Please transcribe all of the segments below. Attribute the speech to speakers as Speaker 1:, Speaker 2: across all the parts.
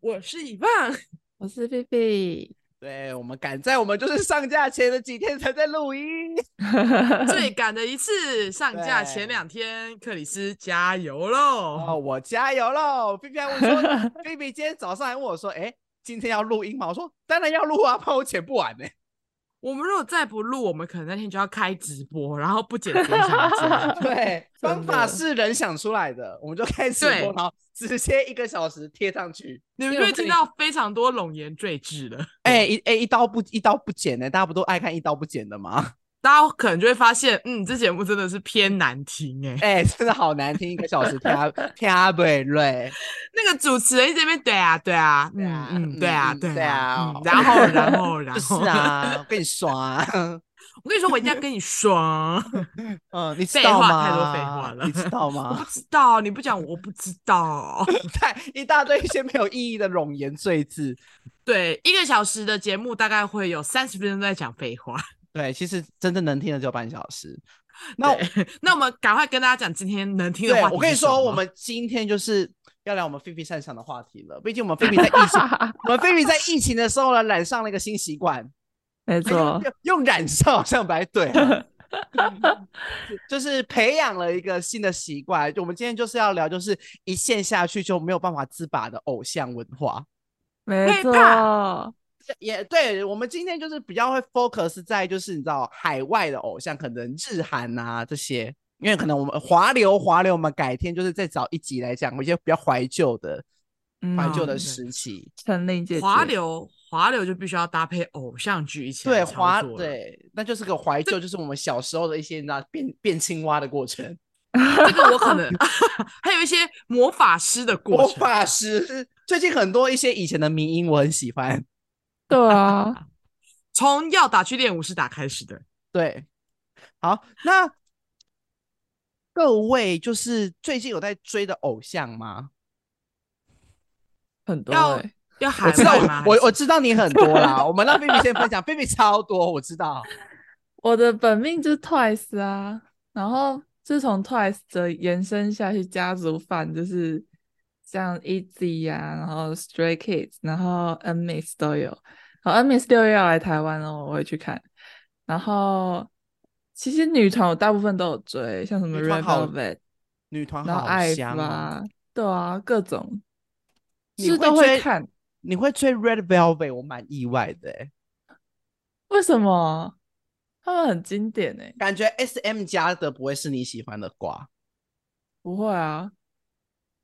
Speaker 1: 我是以棒，
Speaker 2: 我是菲菲，
Speaker 3: 对我们赶在我们就是上架前的几天才在录音，
Speaker 1: 最赶的一次上架前两天，克里斯加油喽！
Speaker 3: 哦，我加油喽！菲菲还问说，菲菲今天早上还问我说，哎，今天要录音吗？我说当然要录啊，怕我剪不完呢、
Speaker 1: 我们如果再不录，我们可能那天就要开直播，然后不剪辑啊 上架。
Speaker 3: 对，
Speaker 2: 真
Speaker 3: 方法
Speaker 2: 的
Speaker 3: 是人想出来的， 我们就开始播，
Speaker 1: 对
Speaker 3: 然后直接一个小时贴上去。
Speaker 1: 你们
Speaker 2: 因
Speaker 1: 就会
Speaker 2: 为我
Speaker 1: 听
Speaker 2: 看
Speaker 1: 到非常多冗言赘字了，
Speaker 3: 哎，一哎一刀不一刀不剪呢、大家不都爱看一刀不剪的吗？
Speaker 1: 大家可能就会发现，嗯，这节目真的是偏难听哎、
Speaker 3: 哎，真的好难听，一个小时啪啪贝瑞。
Speaker 1: 那个主持人一直在那边对啊，对啊，
Speaker 3: 对啊
Speaker 1: 嗯嗯，
Speaker 3: 嗯
Speaker 1: 对啊，
Speaker 3: 嗯
Speaker 1: 对
Speaker 3: 对啊
Speaker 1: 啊，嗯然后 然后然
Speaker 3: 就是
Speaker 1: 后，
Speaker 3: 啊，我跟你说啊，
Speaker 1: 我跟你说，我一定要跟你说，
Speaker 3: 嗯，你知
Speaker 1: 废
Speaker 3: 道吗？
Speaker 1: 话太多废话了
Speaker 3: 你知道
Speaker 1: 我 不
Speaker 3: 吗？
Speaker 1: 知道，你不讲我不知道。
Speaker 3: 太一大堆一些没有意义的冗言赘字。
Speaker 1: 对，一个小时的节目大概会有三十分钟在讲废话。
Speaker 3: 对，其实真正能听的只有半小时。那
Speaker 1: 对 那我们赶快跟大家讲今天能听的
Speaker 3: 对
Speaker 1: 话题
Speaker 3: 我跟你
Speaker 1: 是什么
Speaker 3: 说，我们今天就是要聊我们菲菲擅长的话题了。毕竟我们菲菲在疫情， 我们菲菲在疫情的时候呢，染上了一个新习惯，
Speaker 2: 没错，
Speaker 3: 用 用染上好像不太对啊。就是培养了一个新的习惯，就我们今天就是要聊，就是一陷下去就没有办法自拔的偶像文化。
Speaker 2: 没
Speaker 1: 配
Speaker 2: 错，
Speaker 3: 也对，我们今天就是比较会 focus 在就是你知道海外的偶像，可能日韩啊这些，因为可能我们华流华流，我们改天就是再找一集来讲一些比较怀旧的怀
Speaker 2: 嗯，
Speaker 3: 旧的
Speaker 1: 对
Speaker 3: 时期。
Speaker 2: 陈琳姐姐，
Speaker 1: 华流，华流就必须要搭配偶像剧一起
Speaker 3: 对
Speaker 1: 来
Speaker 3: 华
Speaker 1: 操作了，
Speaker 3: 对，那就是个怀旧，就是我们小时候的一些你知道变变青蛙的过程，
Speaker 1: 这个我 可能还有一些魔法师的过
Speaker 3: 魔
Speaker 1: 程。
Speaker 3: 法师。最近很多一些以前的迷音我很喜欢，
Speaker 2: 对啊，
Speaker 1: 从要打去练武士打开始的，
Speaker 3: 对，好，那各位就是最近有在追的偶像吗？
Speaker 2: 很多
Speaker 1: 要
Speaker 2: 欸
Speaker 1: 要海
Speaker 3: 我知道
Speaker 1: 外吗？
Speaker 3: 我
Speaker 1: 还
Speaker 3: 我
Speaker 1: 是
Speaker 3: 我知道你很多 啦，我们让 B B 先分享，B B 超多，我知道。
Speaker 2: 我的本命就是 Twice 啊，然后自从 Twice 的延伸下去，家族范就是像 EZ 啊，然后 Stray Kids，然后 NMIX 都有，好，NMIX 六月要来台湾哦，我会去看。然后其实女团我大部分都有追，像什么
Speaker 3: 女
Speaker 2: Red
Speaker 3: 团好
Speaker 2: Velvet，
Speaker 3: 女团
Speaker 2: 然后
Speaker 3: 好
Speaker 2: 爱
Speaker 3: 香啊！
Speaker 2: 啊，对啊，各种
Speaker 3: 你
Speaker 2: 是都
Speaker 3: 追
Speaker 2: 会看，
Speaker 3: 你会追 Red Velvet，我蛮意外的欸、
Speaker 2: 为什么？他们很经典哎、
Speaker 3: 感觉 S M 加的不会是你喜欢的瓜。
Speaker 2: 不会啊，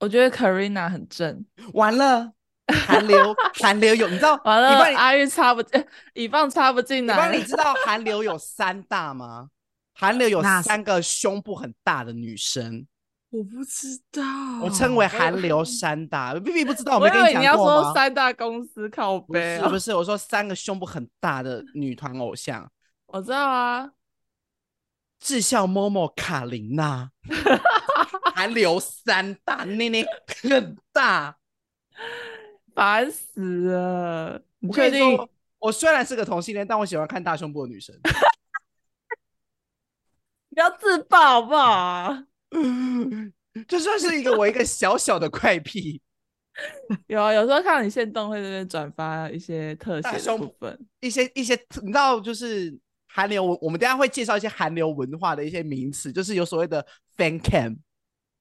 Speaker 2: 我觉得 Karina 很正。
Speaker 3: 完了，韩流韩流有，你知道？
Speaker 2: 完
Speaker 3: 你
Speaker 2: 了
Speaker 3: 帮，你，
Speaker 2: 阿玉插不，以棒插不进
Speaker 3: 你
Speaker 2: 来
Speaker 3: 帮
Speaker 2: 了。
Speaker 3: 你知道韩流有三大吗？韩流有
Speaker 1: 那是
Speaker 3: 三个胸部很大的女生，
Speaker 1: 我不知道，
Speaker 3: 我称为韩流三大。B B 不知道，我
Speaker 2: 哦我
Speaker 3: 没
Speaker 2: 以
Speaker 3: 跟
Speaker 2: 为
Speaker 3: 讲
Speaker 2: 你要
Speaker 3: 过吗
Speaker 2: 说三大公司靠
Speaker 3: 不
Speaker 2: 背
Speaker 3: 是
Speaker 2: 哦，
Speaker 3: 不是，我说三个胸部很大的女团偶像，
Speaker 2: 我知道啊，
Speaker 3: 智孝、Momo、卡琳娜，韩流三大，内内很大。
Speaker 2: 烦死了。你
Speaker 3: 我
Speaker 2: 确
Speaker 3: 跟你
Speaker 2: 定
Speaker 3: 说，我虽然是个同性恋，但我喜欢看大胸部的女生。
Speaker 2: 不要自爆好不好啊？
Speaker 3: 这算是一个我一个小小的怪癖，
Speaker 2: 有啊，有时候看到你现动会在那边转发一些特
Speaker 3: 大
Speaker 2: 写的
Speaker 3: 胸
Speaker 2: 部
Speaker 3: 部
Speaker 2: 分，
Speaker 3: 一些一些，你知道，就是韩流文，我们等一下会介绍一些韩流文化的一些名词，就是有所谓的 fan cam。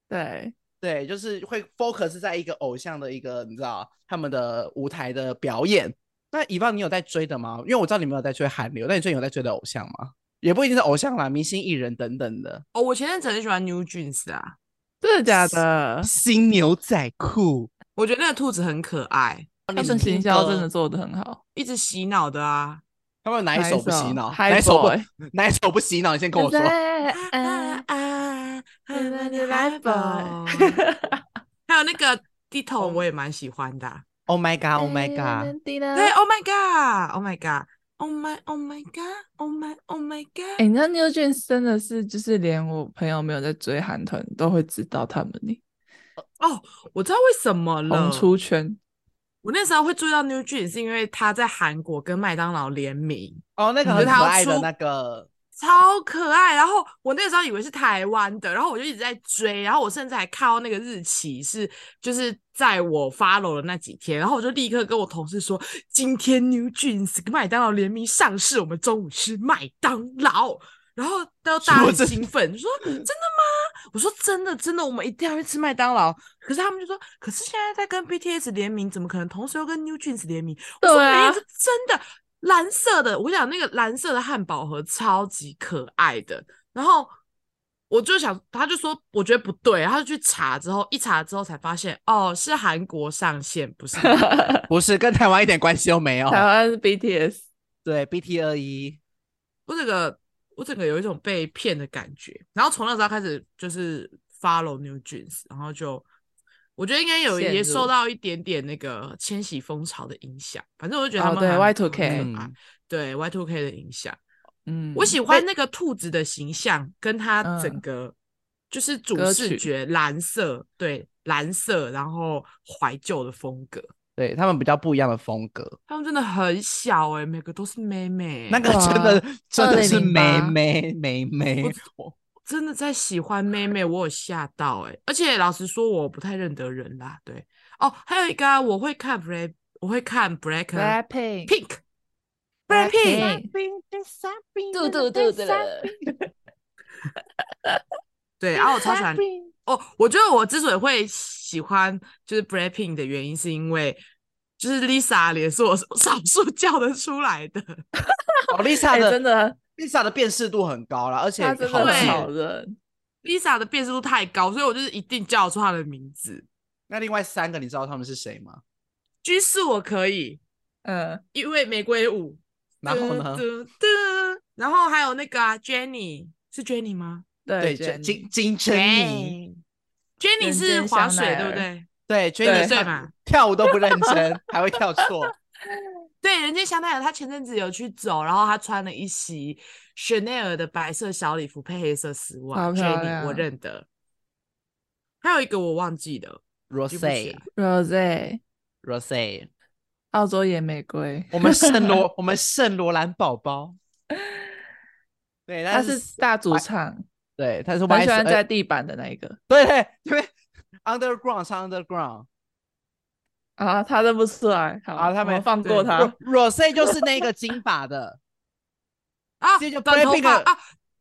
Speaker 2: 对，
Speaker 3: 对，就是会 focus 在一个偶像的一个，你知道他们的舞台的表演。那以往你有在追的吗？因为我知道你没有在追韩流，那你最近有在追的偶像吗？也不一定是偶像啦，明星艺人等等的。
Speaker 1: 哦，我前阵子很喜欢 New Jeans 啊，
Speaker 2: 真的假的？
Speaker 3: 新牛仔裤，
Speaker 1: 我觉得那个兔子很可爱，
Speaker 2: 他们行销真的做的很好。
Speaker 1: 一直洗脑的啊。
Speaker 3: 他们有哪一首不洗脑？
Speaker 2: 嗨
Speaker 3: 哪一首不
Speaker 2: boy
Speaker 3: 哪一首不洗脑？你先跟我说。
Speaker 1: 哎
Speaker 2: 嗯
Speaker 1: 啊
Speaker 2: 慢慢地来吧
Speaker 1: 哦还有那个地头我也蛮喜欢的啊、
Speaker 3: Oh my god，Oh my god，
Speaker 1: 对
Speaker 2: 对
Speaker 1: ，Oh my God，Oh my God，Oh my Oh my God，Oh my Oh my God，
Speaker 2: 哎、欸，那 New Jeans 真的是，就是连我朋友没有在追韩团都会知道他们呢，
Speaker 1: 哦，我知道为什么了
Speaker 2: 红。出圈。
Speaker 1: 我那时候会注意到 New Jeans，是因为他在韩国跟麦当劳联名，
Speaker 3: 哦，那个很
Speaker 1: 就是
Speaker 3: 可
Speaker 1: 他要
Speaker 3: 爱的
Speaker 1: 出
Speaker 3: 那个，
Speaker 1: 超可爱。然后我那时候以为是台湾的，然后我就一直在追，然后我甚至还看到那个日期是就是在我 follow 的那几天，然后我就立刻跟我同事说，今天 New Jeans 跟麦当劳联名上市，我们中午吃麦当劳。然后都大家
Speaker 3: 说
Speaker 1: 很
Speaker 3: 这
Speaker 1: 兴奋，就说真的吗？我说真的，真的，我们一定要去吃麦当劳。可是他们就说，可是现在在跟 BTS 联名，怎么可能同时又跟 New Jeans 联名？我说
Speaker 2: 对
Speaker 1: 没有
Speaker 2: 啊
Speaker 1: 这真的蓝色的，我想那个蓝色的汉堡盒超级可爱的。然后我就想，他就说我觉得不对，他就去查之后，一查之后才发现，哦，是韩国上线，不是台湾
Speaker 3: 不是跟台湾一点关系都没有。
Speaker 2: 台湾是 BTS，
Speaker 3: 对，BT 二一，
Speaker 1: 我整个我整个有一种被骗的感觉。然后从那时候开始就是 follow New Jeans，然后就我觉得应该有
Speaker 2: 陷
Speaker 1: 也
Speaker 2: 入
Speaker 1: 受到一点点那个千禧风潮的影响。反正我就觉得
Speaker 2: 哦
Speaker 1: 他们
Speaker 2: 对
Speaker 1: 还
Speaker 2: Y2K
Speaker 1: 很可爱
Speaker 3: 嗯
Speaker 1: 对 Y Two K 的影响。
Speaker 2: 嗯，
Speaker 1: 我喜欢那个兔子的形象，跟它整
Speaker 2: 嗯
Speaker 1: 个就是主
Speaker 2: 歌
Speaker 1: 视
Speaker 2: 曲
Speaker 1: 觉蓝色，对蓝色，然后怀旧的风格。
Speaker 3: 对他们比较不一样的风格。
Speaker 1: 他们真的很小哎、每个都是妹妹，欸
Speaker 3: 那个真 的真的是妹
Speaker 2: 2008
Speaker 3: 妹妹妹，
Speaker 1: 真的在喜欢妹妹，我有吓到哎、而且老实说，我不太认得人啦。对哦，还有一个啊、我会看 Black，我会看 Black
Speaker 2: Blackpink，
Speaker 1: Pink。Black Pink，
Speaker 2: Blackpink 嘟嘟嘟的了，
Speaker 1: 对，然后我超喜欢哦，我觉得我之所以会喜欢就是 Blackpink 的原因，是因为就是 Lisa 脸是我 少数叫得出来的，
Speaker 3: 哦，Lisa
Speaker 2: 哎、
Speaker 3: 的
Speaker 2: 真的，
Speaker 3: Lisa 的辨识度很高啦，而且
Speaker 2: 他真
Speaker 3: 好
Speaker 2: 的
Speaker 1: 对
Speaker 2: 很
Speaker 3: 记
Speaker 2: 好认。
Speaker 1: Lisa 的辨识度太高，所以我就是一定叫得出她的名字。
Speaker 3: 那另外三个你知道他们是谁吗？
Speaker 1: 居士我可以，
Speaker 2: 嗯，
Speaker 1: 因为玫瑰舞。
Speaker 3: 然后呢
Speaker 1: 嘟？嘟嘟然后还有那个、啊、Jenny 是 Jenny 吗
Speaker 2: 对
Speaker 3: 对，
Speaker 2: Jennie
Speaker 3: 金金珍妮，
Speaker 1: Jenny
Speaker 2: 人
Speaker 1: 是
Speaker 2: 间
Speaker 1: 划
Speaker 2: 香
Speaker 1: 水
Speaker 2: 奈
Speaker 1: 对不
Speaker 2: 儿
Speaker 1: 对？
Speaker 3: 对，娟妮
Speaker 2: 对
Speaker 1: 对
Speaker 3: 上
Speaker 1: 嘛
Speaker 3: 跳舞都不认真，还会跳错。
Speaker 1: 对，人间香奈儿，她前阵子有去走，然后她穿了一袭 Chanel 的白色小礼服配黑色丝袜
Speaker 2: 好漂
Speaker 1: Jenny 我
Speaker 2: 亮
Speaker 1: 认得。还有一个我忘记了，记不起
Speaker 3: Rose
Speaker 1: 来
Speaker 2: Rose，
Speaker 3: Rose，
Speaker 2: 澳洲野玫瑰，
Speaker 3: 我们圣罗 我们圣罗兰宝宝，对，
Speaker 2: 他
Speaker 3: 他
Speaker 2: 是大主唱，
Speaker 3: 对，他是
Speaker 2: 我很
Speaker 3: Y
Speaker 2: 喜欢在
Speaker 3: S，
Speaker 2: 地板的那一个
Speaker 3: 对对对，Underground 是 Underground，
Speaker 2: 啊，他认不出来，好，
Speaker 3: 啊他
Speaker 2: 我
Speaker 3: 没
Speaker 2: 们放
Speaker 1: 对
Speaker 2: 过他。
Speaker 3: Rose 就是那个金发的，
Speaker 1: 啊，
Speaker 3: 这就
Speaker 1: 短头
Speaker 3: Blackpink
Speaker 1: 发
Speaker 3: 的
Speaker 1: 啊，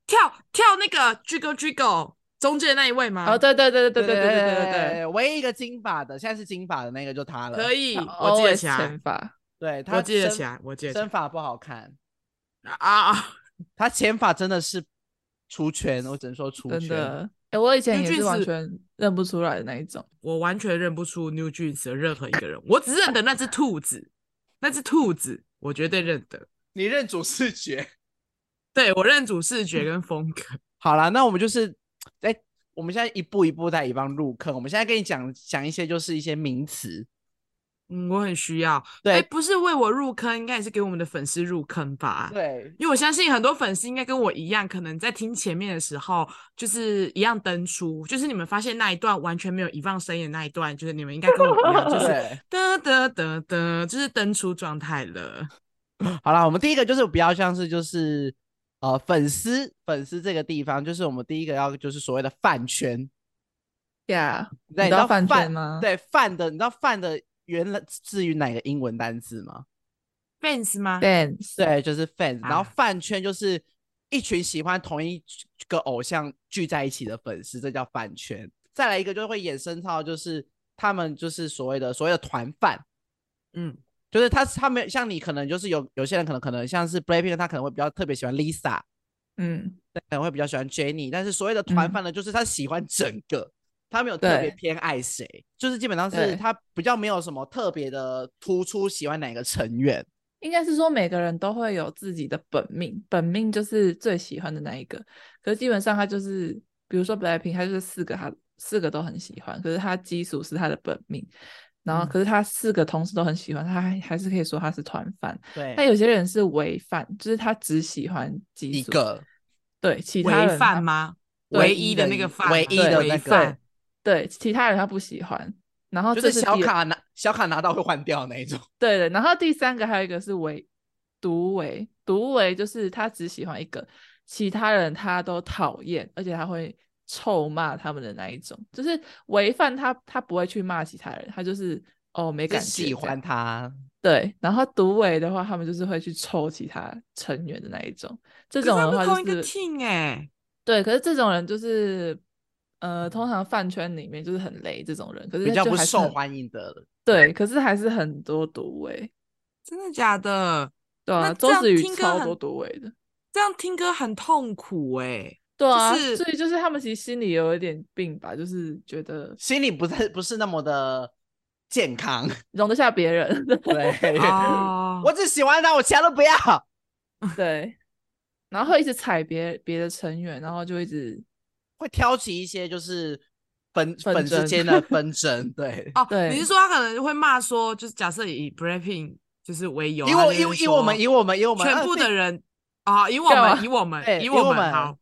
Speaker 1: 跳跳那个 Jiggle Jiggle 中间那一位吗？
Speaker 2: 哦，对对 对对
Speaker 3: 对对
Speaker 2: 对对对对
Speaker 3: 对
Speaker 2: 对
Speaker 3: 唯一一个金发的，现在是金发的那个就他了。
Speaker 1: 可以，
Speaker 2: 对，
Speaker 1: 我记得
Speaker 2: always
Speaker 1: 起来
Speaker 2: 惩，罚
Speaker 3: 对他
Speaker 1: 我记得
Speaker 3: 身
Speaker 1: 起来，我记得起
Speaker 3: 身
Speaker 1: 来
Speaker 3: 法不好看，
Speaker 1: 啊啊！
Speaker 3: 他前法真的是出圈，我只能说出
Speaker 2: 真
Speaker 3: 圈。
Speaker 2: 的。哎，我以前也
Speaker 1: Eugene
Speaker 2: 是完
Speaker 1: 是
Speaker 2: 全认不出来的那一种。
Speaker 1: 我完全认不出 New Jeans 的任何一个人，我只认得那只兔子，那只兔子我绝对认得。
Speaker 3: 你认主视觉。
Speaker 1: 对我认主视觉跟风格。
Speaker 3: 好啦，那我们就是哎，我们现在一步一步带乙方入坑。我们现在跟你讲讲一些就是一些名词，
Speaker 1: 嗯，我很需要。
Speaker 3: 对
Speaker 1: 哎，不是为我入坑，应该也是给我们的粉丝入坑
Speaker 2: 哎
Speaker 1: 吧？
Speaker 3: 对
Speaker 1: 因为我相信很多粉丝应该跟我一样，可能在听前面的时候就是一样登出，就是你们发现那一段完全没有遗忘声音的那一段，就是你们应该跟我一样，就是
Speaker 3: 对。
Speaker 1: 得得得得，就是登出状态了。
Speaker 3: 好啦，我们第一个就是比较像是就是呃粉丝粉丝这个地方，就是我们第一个要就是所谓的饭圈。
Speaker 2: 呀，
Speaker 3: 对，
Speaker 2: 你知道饭
Speaker 3: 饭
Speaker 2: 圈吗
Speaker 3: 对，饭的，你知道饭的原来至于哪个英文单字吗？
Speaker 1: fans 吗？
Speaker 2: dance，
Speaker 3: 对，就是 fans，、然后
Speaker 1: 啊
Speaker 3: 饭圈就是一群喜欢同一个偶像聚在一起的粉丝，这叫饭圈。再来一个就会衍生到就是他们就是所谓的所谓的团饭，
Speaker 1: 嗯，
Speaker 3: 就是他他们像你可能就是有有些人可能可能像是 Blackpink，他可能会比较特别喜欢 Lisa，
Speaker 2: 嗯，
Speaker 3: 可能会比较喜欢 Jennie，但是所谓的团
Speaker 2: 嗯
Speaker 3: 饭呢，就是他喜欢整个，他没有特别
Speaker 2: 对
Speaker 3: 偏爱谁，就是基本上是
Speaker 2: 对
Speaker 3: 他比较没有什么特别的突出喜欢哪个成员。
Speaker 2: 应该是说每个人都会有自己的本命，本命就是最喜欢的那一个。可是基本上他就是，比如说 Blackpink，他就是四个他四个都很喜欢，可是他基础是他的本命。然后
Speaker 3: 嗯
Speaker 2: 可是他四个同事都很喜欢，他还还是可以说他是团饭。
Speaker 3: 对，
Speaker 2: 但有些人是违反，就是他只喜欢几
Speaker 3: 一
Speaker 2: 组
Speaker 3: 个
Speaker 2: 对其他
Speaker 1: 违
Speaker 2: 人啊
Speaker 1: 饭
Speaker 2: 他
Speaker 1: 吗？
Speaker 3: 对
Speaker 1: 唯一的那个饭吗，
Speaker 3: 唯一的
Speaker 1: 违
Speaker 3: 那个
Speaker 1: 饭
Speaker 2: 对其他人他不喜欢。然后
Speaker 3: 就
Speaker 2: 这
Speaker 3: 是小
Speaker 2: 第二
Speaker 3: 卡拿小卡拿到会换掉那一种。
Speaker 2: 对的，然后第三个还有一个是唯独唯，独唯就是他只喜欢一个，其他人他都讨厌，而且他会臭骂他们的那一种。就是违犯他，他不会去骂其他人，他就是哦没
Speaker 3: 只
Speaker 2: 感觉
Speaker 3: 喜
Speaker 2: 这样
Speaker 3: 欢他，
Speaker 2: 对，然后独唯的话，他们就是会去抽其他成员的那一种。这
Speaker 1: 可是
Speaker 2: 种
Speaker 1: 他
Speaker 2: 的
Speaker 1: 们
Speaker 2: 话
Speaker 1: 同一
Speaker 2: 就
Speaker 1: 个
Speaker 2: 是
Speaker 1: team 哎，
Speaker 2: 对，可是这种人就是呃，通常饭圈里面就是很雷这种人，可是
Speaker 3: 比较
Speaker 2: 就
Speaker 3: 不
Speaker 2: 还是
Speaker 3: 受
Speaker 2: 很
Speaker 3: 欢迎的。
Speaker 2: 对，可是还是很多独唯。
Speaker 1: 真的假的？
Speaker 2: 对
Speaker 1: 那
Speaker 2: 啊，
Speaker 1: 这
Speaker 2: 周
Speaker 1: 样
Speaker 2: 子瑜
Speaker 1: 听歌
Speaker 2: 超
Speaker 1: 很
Speaker 2: 多独唯的。
Speaker 1: 这样听歌很痛苦 哎，
Speaker 2: 对啊，
Speaker 1: 是
Speaker 2: 所以就是他们其实心里有一点病吧，就是觉得
Speaker 3: 心里不是不是那么的健康。
Speaker 2: 容得下别人。
Speaker 3: 对
Speaker 1: 哦，
Speaker 3: 我只喜欢他，我其他都不要。
Speaker 2: 对，然后会一直踩别别的成员，然后就一直
Speaker 3: 会挑起一些就是粉
Speaker 2: 纷
Speaker 3: 粉之
Speaker 2: 争
Speaker 3: 间的纷争，对。
Speaker 1: 哦，
Speaker 2: 对
Speaker 1: 你是说他可能会骂说，就是假设以 Blackpink 就是为由，
Speaker 3: 以
Speaker 1: 啊他
Speaker 3: 我以
Speaker 1: 就是
Speaker 3: 我以
Speaker 1: 说
Speaker 3: 我们以我们以我们
Speaker 1: 全
Speaker 3: 呃
Speaker 1: 部
Speaker 3: 对
Speaker 1: 的人啊，以我
Speaker 2: 对啊
Speaker 1: 们以我们
Speaker 3: 对
Speaker 1: 以
Speaker 3: 以
Speaker 1: 我
Speaker 3: 我
Speaker 1: 们
Speaker 3: 们
Speaker 1: 好。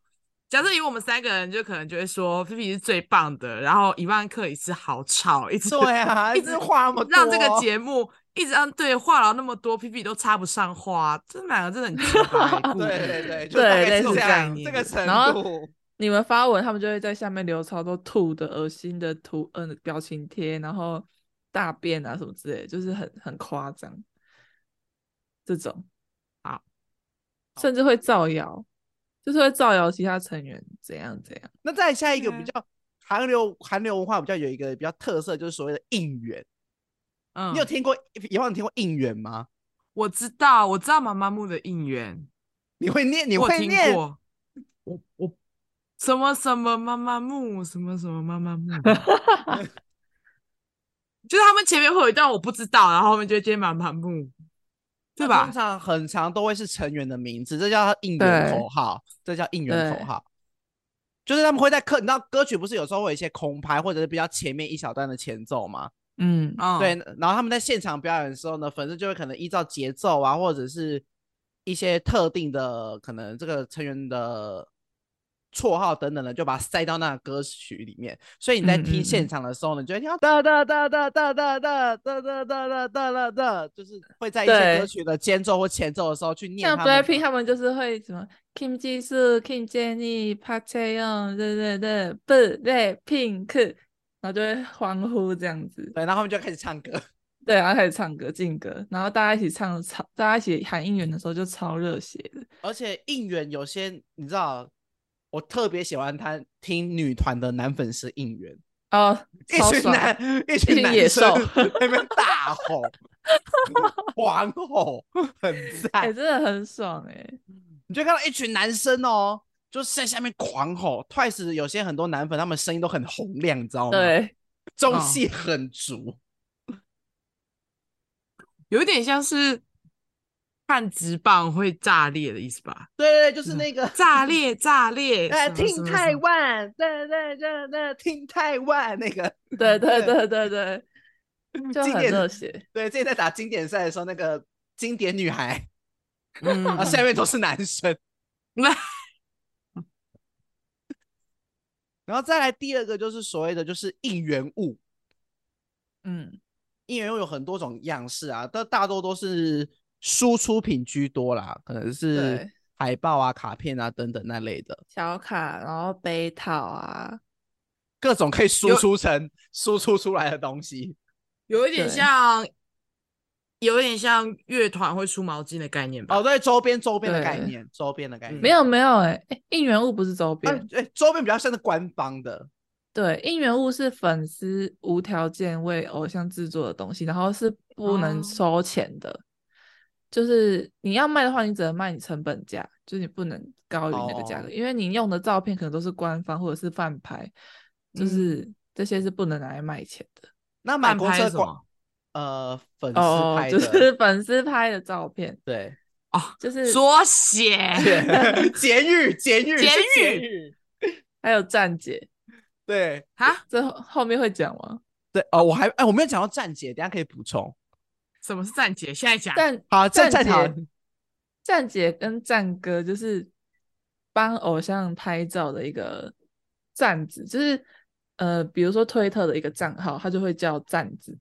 Speaker 1: 假设以我们三个人，就可能就会说菲菲是最棒的，然后伊万克里斯好吵，一 直
Speaker 3: 对啊，
Speaker 1: 一
Speaker 3: 一
Speaker 1: 直
Speaker 3: 直话那么多，。
Speaker 1: 让这个节目一直让对话痨那么多，皮皮都插不上话，这两个真的很奇欸怪
Speaker 3: 对对对，就
Speaker 2: 对
Speaker 3: 大概
Speaker 2: 类
Speaker 3: 是
Speaker 2: 似
Speaker 3: 这
Speaker 1: 这样
Speaker 3: 样这个程
Speaker 2: 然后
Speaker 3: 度。
Speaker 2: 你们发文，他们就会在下面留超多吐的、恶心的图，嗯、表情贴，然后大便啊什么之类的，就是很很夸张。这种
Speaker 1: 好，
Speaker 2: 甚至会造谣，就是会造谣其他成员怎样怎样。
Speaker 3: 那再下一个
Speaker 1: 对
Speaker 3: 比
Speaker 1: 啊
Speaker 3: 较韩流韩流文化比较有一个比较特色，就是所谓的应援。
Speaker 1: 嗯，
Speaker 3: 你有听过？以往你听过应援吗？
Speaker 1: 我知道，我知道妈妈木的应援，
Speaker 3: 你会念？你
Speaker 1: 我有
Speaker 3: 会
Speaker 1: 听
Speaker 3: 念？
Speaker 1: 过，我我什么什么妈妈木，什么什么妈妈木， 就是他们前面会有一段我不知道，然后后面就会接妈妈木，对
Speaker 3: 那
Speaker 1: 吧
Speaker 3: 通？常很长都会是成员的名字，这叫应援
Speaker 2: 对
Speaker 3: 口号，这叫应援口
Speaker 2: 对
Speaker 3: 号。就是他们会在歌，你知道歌曲不是有时候会有一些空拍，或者是比较前面一小段的前奏吗？
Speaker 2: 嗯，
Speaker 1: 嗯，
Speaker 3: 对，然后他们在现场表演的时候呢，粉丝就会可能依照节奏啊，或者是一些特定的可能这个成员的绰号等等的，就把它塞到那个歌曲里面。所以你在
Speaker 2: 嗯嗯
Speaker 3: 听
Speaker 2: 嗯
Speaker 3: 现场的时候呢，你就会听到哒哒哒哒哒哒哒哒哒哒哒哒哒哒，就是会在一些歌
Speaker 2: 对
Speaker 3: 曲的间奏或前奏的时候去念
Speaker 2: 像
Speaker 3: 他们的
Speaker 2: Blackpink 他们就是会什么 Kim Ji Soo、Kim Jennie、Park Chaeyoung，对对对，Blackpink，然后就会欢呼这样子，
Speaker 3: 对，然后他们就开始唱歌。
Speaker 2: 对，然后开始唱歌、进歌，然后大家一起唱超，大家一起喊应援的时候就超热血的。
Speaker 3: 而且应援有些你知道，我特别喜欢他听女团的男粉丝应援。
Speaker 2: 哦，
Speaker 3: 一
Speaker 2: 超
Speaker 3: 群
Speaker 2: 爽
Speaker 3: 男，一
Speaker 2: 群
Speaker 3: 群
Speaker 2: 野
Speaker 3: 男
Speaker 2: 兽
Speaker 3: 生在那边大 吼、狂吼，很
Speaker 2: 哎、
Speaker 3: 赞。
Speaker 2: 真的很爽哎、
Speaker 3: 你就看到一群男生哦，就是在下面狂吼。Twice 有些很多男粉，他们声音都很洪亮，你知道吗？，
Speaker 2: 对，
Speaker 3: 中
Speaker 1: 嗯
Speaker 3: 气很足。
Speaker 1: 有一点像是看直棒会炸裂的意思吧？
Speaker 3: 对对，对就是
Speaker 1: 嗯
Speaker 3: 那个
Speaker 1: 炸裂，炸裂！
Speaker 3: 呃，
Speaker 1: 什
Speaker 2: 啊
Speaker 1: 么什
Speaker 3: 听
Speaker 1: 么
Speaker 3: 台
Speaker 1: 什么
Speaker 3: 湾，对对对对，听台湾那个，
Speaker 2: 对对对对对，就
Speaker 3: 经
Speaker 2: 很
Speaker 3: 典
Speaker 2: 热血。
Speaker 3: 对，之前在打经典赛的时候，那个经典女孩，
Speaker 1: 嗯，
Speaker 3: 然后下面都是男生。 然后再来第二个就是所谓的就是应援物，
Speaker 2: 嗯，
Speaker 3: 应援物有很多种样式啊，但大多都是输出品居多啦，可能是
Speaker 2: 对，
Speaker 3: 海报啊、卡片啊等等那类的，
Speaker 2: 小卡，然后杯套啊，
Speaker 3: 各种可以输
Speaker 1: 有
Speaker 3: 出成输出出来的东西。
Speaker 1: 有一点
Speaker 2: 对
Speaker 1: 像，有一点像乐团会出毛巾的概念吧？
Speaker 3: 哦，对，周边周边的概
Speaker 2: 对
Speaker 3: 念，周边的概念
Speaker 2: 没
Speaker 3: 有，
Speaker 2: 有没有哎、哎应援物不是周边，
Speaker 3: 啊哎、周边比较像是官方的，
Speaker 2: 对，应援物是粉丝无条件为偶像制作的东西，然后是不能
Speaker 1: 哦
Speaker 2: 收钱的，就是你要卖的话，你只能卖你成本价，就是你不能高于那个价格，
Speaker 3: 哦
Speaker 2: 因为你用的照片可能都是官方或者是饭拍，就
Speaker 1: 嗯
Speaker 2: 是这些是不能拿来卖钱的。
Speaker 3: 那买
Speaker 1: 半
Speaker 3: 公
Speaker 1: 拍
Speaker 3: 车
Speaker 1: 是什
Speaker 3: 广
Speaker 1: 么？
Speaker 3: 呃粉丝
Speaker 2: 哦，
Speaker 3: 拍的，
Speaker 2: 就是粉丝拍的照片，
Speaker 3: 对，
Speaker 2: 就是
Speaker 1: 哦缩写
Speaker 3: 监狱监狱是
Speaker 1: 监
Speaker 3: 监
Speaker 1: 狱
Speaker 3: 狱，
Speaker 2: 还有站姐，
Speaker 3: 对，
Speaker 1: 啊，
Speaker 2: 这后后面会讲吗？
Speaker 3: 对哦，我还哎，我没有讲到站姐，等一下可以补充。
Speaker 1: 什么是站姐？现在讲，
Speaker 2: 但
Speaker 3: 好，站
Speaker 2: 站
Speaker 3: 站好
Speaker 2: 姐，站姐跟站哥就是帮偶像拍照的一个站子，就是呃，比如说推特的一个账号，他就会叫站子，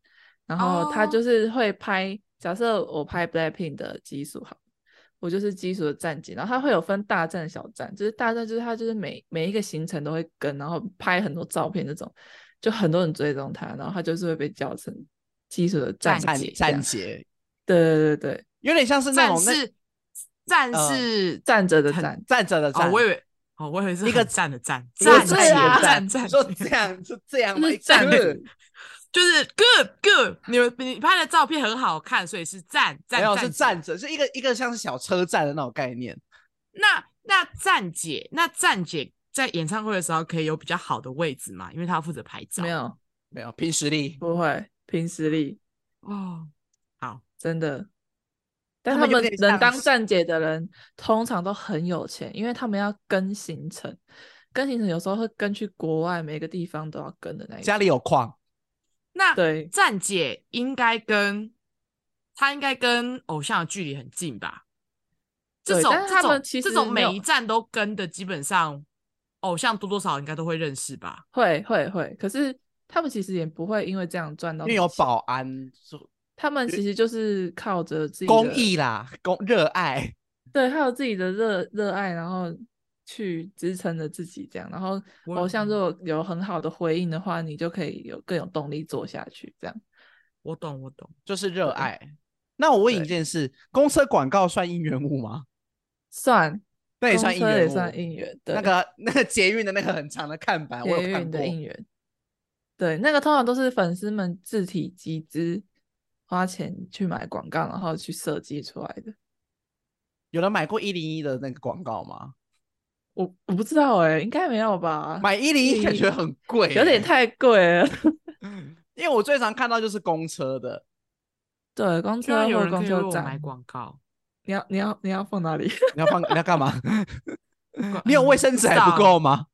Speaker 2: 然后他
Speaker 1: 哦
Speaker 2: 就是会拍。假设我拍 Blackpink 的基数好，我就是基础的站姐，然后它会有分大站、小站，就是大站就是它就是每每一个行程都会跟，然后拍很多照片这种，就很多人追踪他，然后他就是会被叫成基础的站
Speaker 3: 站
Speaker 2: 姐这样。
Speaker 3: 站姐，
Speaker 2: 对对对对，
Speaker 3: 有点像是那
Speaker 1: 站
Speaker 3: 种那
Speaker 1: 是站
Speaker 3: 呃
Speaker 1: 是
Speaker 2: 站着的
Speaker 1: 很
Speaker 2: 站，
Speaker 3: 站着的
Speaker 1: 哦
Speaker 3: 站，，
Speaker 1: 我以为哦，我以为是
Speaker 3: 一个
Speaker 1: 很站的站，
Speaker 3: 一个
Speaker 1: 站
Speaker 2: 站
Speaker 1: 姐
Speaker 2: 姐的
Speaker 1: 站
Speaker 3: 你
Speaker 1: 站
Speaker 3: 说
Speaker 1: 姐
Speaker 3: 这样是这样
Speaker 2: 就
Speaker 3: 吗
Speaker 2: 是？站
Speaker 3: 对
Speaker 2: 着。
Speaker 1: 就是 good good，你们你拍的照片很好看，所以是站站
Speaker 3: 没有
Speaker 1: 站
Speaker 3: 是
Speaker 1: 姐
Speaker 3: 站着，是一个一个像是小车站的那种概念。
Speaker 1: 那那站姐，那站姐在演唱会的时候可以有比较好的位置吗？因为她要负责拍照。
Speaker 2: 没有，
Speaker 3: 没有凭实力，
Speaker 2: 不会，凭实力
Speaker 1: 哦，好，
Speaker 2: 真的。但
Speaker 3: 他
Speaker 2: 他
Speaker 3: 们有
Speaker 2: 们
Speaker 3: 点
Speaker 2: 能
Speaker 3: 像
Speaker 2: 当
Speaker 3: 是
Speaker 2: 站姐的人，通常都很有钱，因为他们要跟行程，跟行程有时候会跟去国外，每个地方都要跟的那一种。
Speaker 3: 家里有矿，
Speaker 1: 那
Speaker 2: 对，
Speaker 1: 站姐应该跟她应该跟偶像的距离很近吧？这
Speaker 2: 对
Speaker 1: 种
Speaker 2: 但是
Speaker 1: 这
Speaker 2: 他
Speaker 1: 种
Speaker 2: 们其
Speaker 1: 这
Speaker 2: 实
Speaker 1: 种
Speaker 2: 没
Speaker 1: 每
Speaker 2: 有
Speaker 1: 一站都跟的，基本上偶像多多少少应该都会认识吧？
Speaker 2: 会会会，可是他们其实也不会因为这样赚到
Speaker 3: 因
Speaker 2: 什么钱，
Speaker 3: 为有保安，
Speaker 2: 他们其实就是靠着自己
Speaker 3: 公
Speaker 2: 的
Speaker 3: 益，啦，公热爱。
Speaker 2: 对，还有自己的热热爱，然后去支撑着自己这样，然后
Speaker 1: 我
Speaker 2: 偶像
Speaker 1: 嗯
Speaker 2: 如果有很好的回应的话，你就可以有更有动力做下去这样。
Speaker 1: 我懂，我懂。
Speaker 3: 就是热
Speaker 2: 对
Speaker 3: 爱。那我问你一
Speaker 2: 对
Speaker 3: 件事：公车广告算应援物吗？
Speaker 2: 算，
Speaker 3: 那也
Speaker 2: 公
Speaker 3: 算应
Speaker 2: 车
Speaker 3: 援
Speaker 2: 也
Speaker 3: 物，
Speaker 2: 算应援，对，
Speaker 3: 那个那个捷运的那个很长的看
Speaker 1: 啊
Speaker 3: 板，我
Speaker 2: 捷
Speaker 3: 有看
Speaker 2: 运
Speaker 3: 过
Speaker 2: 的。应援，对，那个通常都是粉丝们自体集资，花钱去买广告，然后去设计出来的。
Speaker 3: 有人买过一零一的那个广告吗？
Speaker 2: 我我不知道哎、应该没有吧？
Speaker 3: 买一零一感觉很贵、欸
Speaker 2: 有
Speaker 1: 欸
Speaker 2: 点。太贵了。
Speaker 3: 因为我最常看到就是公车的，
Speaker 2: 对，啊公
Speaker 1: 居
Speaker 2: 车
Speaker 1: 然有
Speaker 2: 或
Speaker 1: 人可
Speaker 2: 公
Speaker 1: 以为
Speaker 2: 车
Speaker 1: 我买
Speaker 2: 站，
Speaker 1: 广告，
Speaker 2: 你要你要你要 放哪里？
Speaker 3: 你要放你要干 嘛？
Speaker 1: 广
Speaker 3: 你有卫生纸还不够？吗？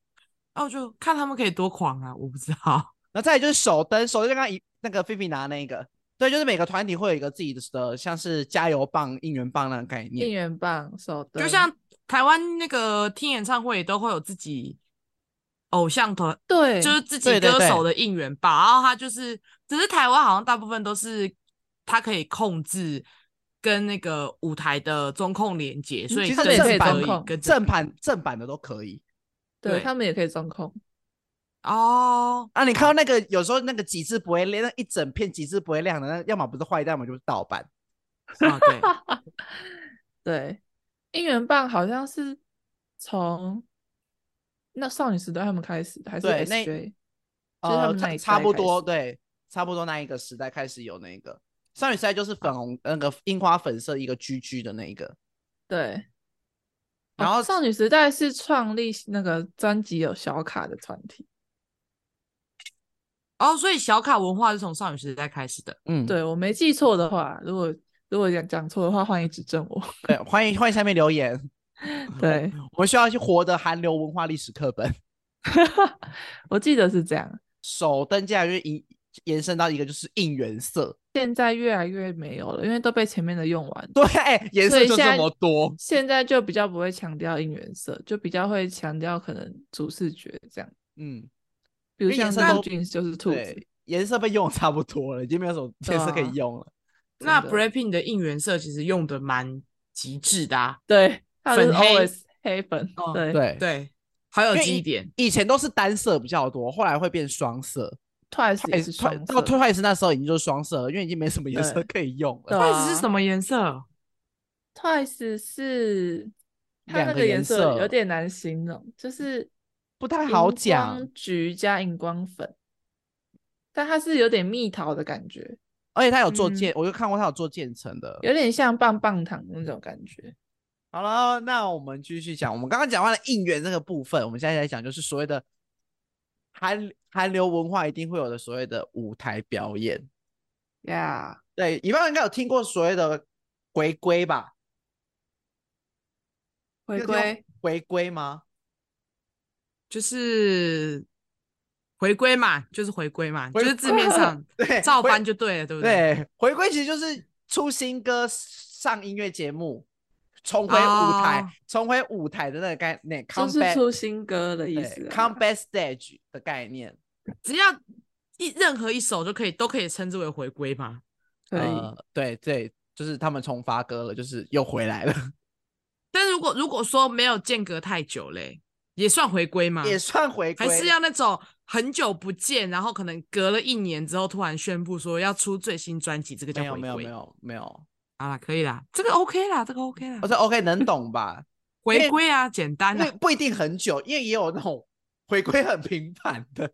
Speaker 1: 哦，我就看他们可以多狂啊！我不知 道。
Speaker 3: 然后再来就是手灯，手灯刚刚一那个菲菲拿那个，对，就是每个团体会有一个自己的的像是加油棒、应援棒那种概
Speaker 2: 应
Speaker 3: 念。
Speaker 2: 援棒、手灯，
Speaker 1: 就像台湾那个听演唱会也都会有自己偶像团，
Speaker 2: 对，
Speaker 1: 就是自己
Speaker 3: 对对
Speaker 1: 歌
Speaker 3: 对
Speaker 1: 手的应援吧。然后他就是，只是台湾好像大部分都是他可以控制跟那个舞台的中控连接，所
Speaker 3: 嗯
Speaker 1: 以
Speaker 3: 其实
Speaker 1: 更
Speaker 2: 也可
Speaker 1: 是
Speaker 2: 以
Speaker 1: 可
Speaker 2: 中
Speaker 1: 以
Speaker 2: 控
Speaker 1: 跟着
Speaker 3: 正版正版的都可以。
Speaker 2: 对
Speaker 1: 对
Speaker 2: 他们也可以中控。
Speaker 1: 哦。
Speaker 3: 啊，你看到那个有时候那个几只不会亮，那一整片几只不会亮的，那要么不是坏掉，要么就是盗版。
Speaker 1: 啊， 对，
Speaker 2: 对，应援棒好像是从那少女时代他们开始的，还是
Speaker 3: 对那
Speaker 2: SJ？就是他
Speaker 3: 呃，
Speaker 2: 们那
Speaker 3: 差
Speaker 2: 一
Speaker 3: 差
Speaker 2: 代
Speaker 3: 不
Speaker 2: 开
Speaker 3: 多，
Speaker 2: 始
Speaker 3: 对，差不多那一个时代开始有那个少女时代就是粉红、那个樱花粉色一个居居的那一个，
Speaker 2: 对。
Speaker 3: 然
Speaker 2: 哦
Speaker 3: 后
Speaker 2: 少女时代是创立那个专辑有小卡的团体，
Speaker 1: 哦，所以小卡文化是从少女时代开始的。
Speaker 3: 嗯，
Speaker 2: 对我没记错的话，如果如果讲讲错的话，欢迎指正 我。
Speaker 3: 对，欢迎欢迎下面留言，
Speaker 2: 对，
Speaker 3: 我们需要去活的韩流文化历史课本，
Speaker 2: 我记得是这样，
Speaker 3: 手灯竟然就是延延伸到一个就是应援色，
Speaker 2: 现在越来越没有了，因为都被前面的用完，
Speaker 3: 对，哎，颜
Speaker 2: 所
Speaker 3: 色
Speaker 2: 以
Speaker 3: 就
Speaker 2: 现
Speaker 3: 这
Speaker 2: 在
Speaker 3: 么多，
Speaker 2: 现在就比较不会强调应援色，就比较会强调可能主视觉这样，
Speaker 3: 嗯，
Speaker 2: 比如
Speaker 3: 因为颜
Speaker 2: 像
Speaker 3: 色
Speaker 2: 那
Speaker 3: 都
Speaker 2: j 就是兔子
Speaker 3: 对，，颜色被用得差不多了，已经没有什么
Speaker 2: 对
Speaker 3: 颜色可以
Speaker 2: 啊
Speaker 3: 用了。
Speaker 1: 那
Speaker 2: 真的
Speaker 1: Blackpink 的应援色其实用的蛮极致的啊，
Speaker 2: 对，它就是
Speaker 1: 粉黑
Speaker 2: always 黑粉，
Speaker 1: 哦
Speaker 2: 对，
Speaker 3: 对
Speaker 1: 对，好有
Speaker 3: 因为
Speaker 1: 记忆
Speaker 3: 以
Speaker 1: 点。
Speaker 3: 以前都是单色比较多，后来会变双色。
Speaker 2: ，Twice 也是
Speaker 3: 快
Speaker 2: 双
Speaker 3: 到
Speaker 2: 色，
Speaker 3: 快是那时候已经就是双色了，因为已经没什么颜色
Speaker 2: 对
Speaker 3: 可以用
Speaker 2: 对
Speaker 3: 了。
Speaker 1: 那只是
Speaker 2: 啊
Speaker 1: 什么颜色？
Speaker 2: Twice 是它
Speaker 3: 两
Speaker 2: 那
Speaker 3: 个
Speaker 2: 个
Speaker 3: 颜
Speaker 2: 颜色
Speaker 3: 色
Speaker 2: 有点难形容，就是
Speaker 3: 不太
Speaker 2: 荧
Speaker 3: 好
Speaker 2: 光
Speaker 3: 讲
Speaker 2: 橘加荧光粉，但它是有点蜜桃的感觉，
Speaker 3: 而且他有做渐，我就看过他有做渐层的。
Speaker 2: 嗯有点像棒棒糖那种感觉。
Speaker 3: 好了，那我们继续讲，我们刚刚讲完了应援这个部分，我们现在来讲就是所谓的韩韩流文化一定会有的所谓的舞台表演。
Speaker 2: 呀、
Speaker 3: 对，一般人应该有听过所谓的回归吧？
Speaker 2: 回
Speaker 3: 你有听过
Speaker 2: 归
Speaker 3: 回归吗？
Speaker 1: 就是回归嘛，就是回归嘛，就
Speaker 3: 回
Speaker 1: 是字面上
Speaker 3: 对，
Speaker 1: 照
Speaker 3: 回
Speaker 1: 搬就对了，对不对？
Speaker 3: 对，回归其实就是出新歌、上音乐节目，重回舞台、
Speaker 1: 哦
Speaker 3: 重回舞台的那个概念
Speaker 2: 就
Speaker 3: ，come
Speaker 2: 是
Speaker 3: back，
Speaker 2: 出新歌的意
Speaker 3: 对
Speaker 2: 思、啊
Speaker 3: ，come。back stage 的概念。
Speaker 1: 只要一任何一首就可以，都可以称之为回归嘛。
Speaker 2: 可以，
Speaker 3: 呃，对对，就是他们重发歌了，就是又回来了，
Speaker 1: 但是如果如果说没有间隔太久嘞，也算回归吗？
Speaker 3: 也算回归，
Speaker 1: 啊还是要那种很久不见，然后可能隔了一年之后突然宣布说要出最新专辑，这个叫
Speaker 3: 没
Speaker 1: 回
Speaker 3: 有
Speaker 1: 归。
Speaker 3: 没有没有没有，
Speaker 1: 好啦，可以啦，这个 OK 啦，这个 OK 啦
Speaker 3: 我，说 OK 能懂吧？哦因
Speaker 1: 回
Speaker 3: 为
Speaker 1: 归啊，简单 啊
Speaker 3: 不，不一定很久，因为也有那种回归很频繁 的，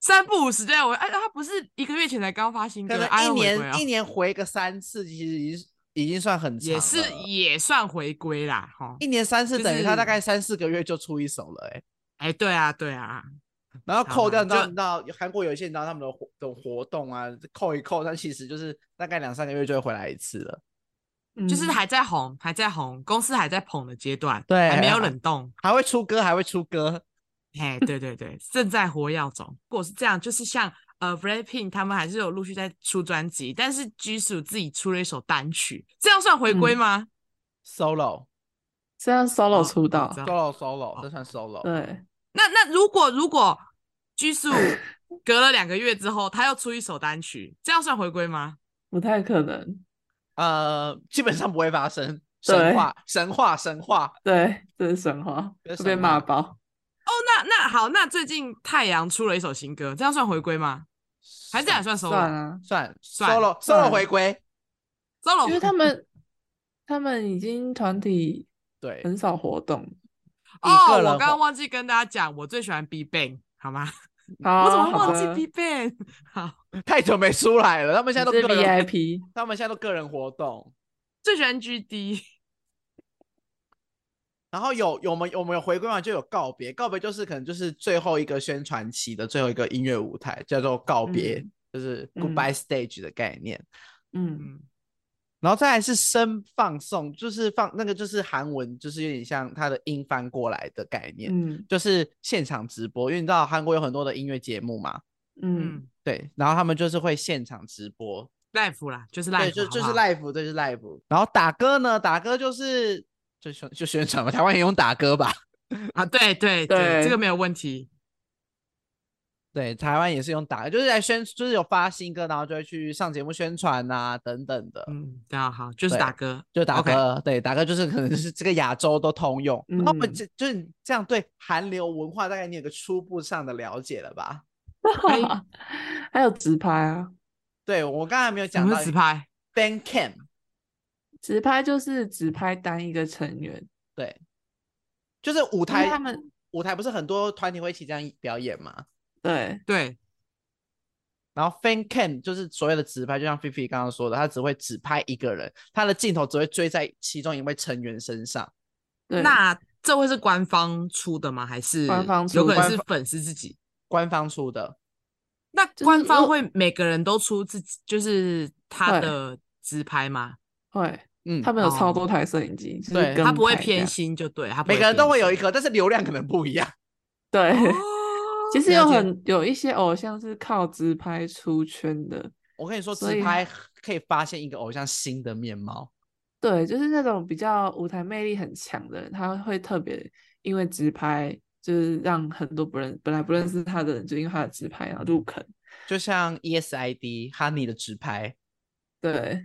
Speaker 1: 三不五时对我，哎、他不是一个月前才刚发新歌
Speaker 3: 可，能
Speaker 1: 哎
Speaker 3: 一
Speaker 1: 又回
Speaker 3: 年、
Speaker 1: 归啊
Speaker 3: 一年回个三次，其实已经已经算很长
Speaker 1: 也是
Speaker 3: 了
Speaker 1: 也算回归啦，哈，
Speaker 3: 一年三次，等于他大
Speaker 1: 就是
Speaker 3: 概三四个月就出一首了、欸，
Speaker 1: 哎、对啊，对啊，
Speaker 3: 然后
Speaker 1: 好
Speaker 3: 扣掉，
Speaker 1: 啦
Speaker 3: 你知道，
Speaker 1: 就
Speaker 3: 你知道韩国有一些你知道他们的活这种活动啊，扣一扣，它其实就是大概两三个月就会回来一次了，
Speaker 1: 呃就是
Speaker 2: 嗯
Speaker 1: 还在红，还在红，公司还在捧的阶段，
Speaker 3: 对
Speaker 1: 还没有冷冻，
Speaker 3: 还会出歌，还会出歌，
Speaker 1: 哎，对对对，正在活跃中。如果是这样，就是像呃 Blackpink 他们还是有陆续在出专辑，但是 Jisoo 自己出了一首单曲，这样算回归
Speaker 2: 嗯
Speaker 1: 吗？
Speaker 3: solo
Speaker 2: 是要
Speaker 1: 哦
Speaker 2: solo 出
Speaker 1: 哦
Speaker 2: 道
Speaker 1: 知，
Speaker 3: solo
Speaker 1: 道
Speaker 3: solo，这算 solo。
Speaker 1: 嗯
Speaker 2: 对，
Speaker 1: 那那如果如果 Jisoo 隔了两个月之后，他又出一首单曲，这样算回归吗？
Speaker 2: 不太可能，
Speaker 3: 呃，基本上不会发生。神
Speaker 2: 对
Speaker 3: 话，神话，神话，
Speaker 2: 对，这是神话，
Speaker 3: 这是
Speaker 2: 会被
Speaker 3: 神
Speaker 2: 骂
Speaker 3: 话
Speaker 2: 爆。
Speaker 1: 哦，那那好，那最近太阳出了一首新歌，这样算回归吗？ 还是这样算 solo？
Speaker 2: 算啊，
Speaker 3: 算
Speaker 1: 算
Speaker 3: solo
Speaker 2: 算
Speaker 3: solo 回归，
Speaker 1: solo 哦
Speaker 2: 因为他们他们已经团体
Speaker 3: 对，
Speaker 2: 很少活 动。
Speaker 3: 以
Speaker 1: 哦，
Speaker 3: 个
Speaker 1: 我
Speaker 3: 人
Speaker 1: 刚刚
Speaker 3: 火
Speaker 1: 忘记跟大家讲，我最喜欢 B Ban，g 好吗？
Speaker 2: 好，
Speaker 1: 我怎么会
Speaker 2: 哦好
Speaker 1: 忘记
Speaker 2: 的
Speaker 1: B Ban？g 好，
Speaker 3: 太久没出来了，他们现在都
Speaker 2: 你
Speaker 3: 个
Speaker 2: 是
Speaker 3: 人，
Speaker 2: VIP，
Speaker 3: 他们现在都个人活动，
Speaker 1: 最喜欢 GD。
Speaker 3: 然后有有我们我们有回归嘛，就有告别，告别就是可能就是最后一个宣传期的最后一个音乐舞台，叫做告别，
Speaker 2: 嗯
Speaker 3: 就是
Speaker 2: 嗯
Speaker 3: goodbye stage 的概念。
Speaker 2: 嗯，
Speaker 1: 嗯，
Speaker 3: 然后再来是声放送，就是放那个就是韩文，就是有点像它的音翻过来的概念，
Speaker 2: 嗯
Speaker 3: 就是现场直播，因为你知道韩国有很多的音乐节目嘛，
Speaker 2: 嗯
Speaker 1: 嗯
Speaker 3: 对，然后他们就是会现场直播，
Speaker 1: ，life 啦，就是 life，
Speaker 3: 对，就
Speaker 1: 好不
Speaker 3: 就是
Speaker 1: 好
Speaker 3: live，这是 live。然后打歌呢，打歌就是就宣就宣传嘛，台湾也用打歌吧？
Speaker 1: 啊，对对这
Speaker 2: 对
Speaker 1: 个没有问题。
Speaker 3: 对，台湾也是用打歌，就是来宣，就是有发新歌，然后就会去上节目宣传啊等等的，
Speaker 1: 嗯，这样好，就是
Speaker 3: 对
Speaker 1: 打歌，
Speaker 3: 就打
Speaker 1: OK
Speaker 3: 歌，对，打歌就是可能是这个亚洲都通用。然后我们
Speaker 2: 嗯
Speaker 3: 这就是这样对韩流文化大概你有个初步上的了解了吧？
Speaker 1: 哎
Speaker 2: 啊还有直拍啊，
Speaker 3: 对我刚才没有
Speaker 1: 什
Speaker 3: 讲
Speaker 1: 么
Speaker 3: 到
Speaker 1: 是直拍？
Speaker 3: ，Band Camp，
Speaker 2: 直拍就是只拍单一个成员，
Speaker 3: 对，就是舞
Speaker 2: 因为
Speaker 3: 台
Speaker 2: 他们
Speaker 3: 舞台不是很多团体会一起这样表演嘛？
Speaker 2: 对
Speaker 1: 对，
Speaker 3: 然后 fan cam 就是所谓的直拍，就像菲菲刚刚说的，他只会只拍一个人，他的镜头只会追在其中一位成员身上。
Speaker 2: 对，
Speaker 1: 那这会是官方出的吗？还是
Speaker 2: 官方
Speaker 1: 有
Speaker 2: 出
Speaker 1: 可能
Speaker 2: 官
Speaker 1: 是
Speaker 3: 方
Speaker 1: 粉丝自己？
Speaker 3: 官方出的，
Speaker 1: 那
Speaker 2: 是
Speaker 1: 官方
Speaker 2: 我
Speaker 1: 会每个人都出自己，就是他
Speaker 2: 会
Speaker 1: 的直拍吗？
Speaker 2: 会
Speaker 3: 嗯，
Speaker 2: 他们有超
Speaker 1: 哦
Speaker 2: 多台摄影机，就是
Speaker 3: 对
Speaker 2: 跟
Speaker 1: 他不会
Speaker 2: 拍这
Speaker 1: 偏
Speaker 2: 样，
Speaker 1: 心，就对，他不
Speaker 3: 每
Speaker 1: 会
Speaker 3: 个人都
Speaker 1: 偏
Speaker 3: 会有一
Speaker 1: 心
Speaker 3: 个，但是流量可能不一样。
Speaker 2: 对。
Speaker 1: 哦
Speaker 2: 其实
Speaker 3: 了
Speaker 2: 有
Speaker 3: 解
Speaker 2: 很有一些偶像是靠直拍出圈的，
Speaker 3: 我跟你说，
Speaker 2: 所
Speaker 3: 直
Speaker 2: 以
Speaker 3: 拍可以发现一个偶像新的面貌。
Speaker 2: 对，就是那种比较舞台魅力很强的人，他会特别因为直拍，就是让很多不认本来不认识他的人，就因为他的直拍然后入坑。
Speaker 3: 就像 E ESID Honey 的直拍，
Speaker 2: 对，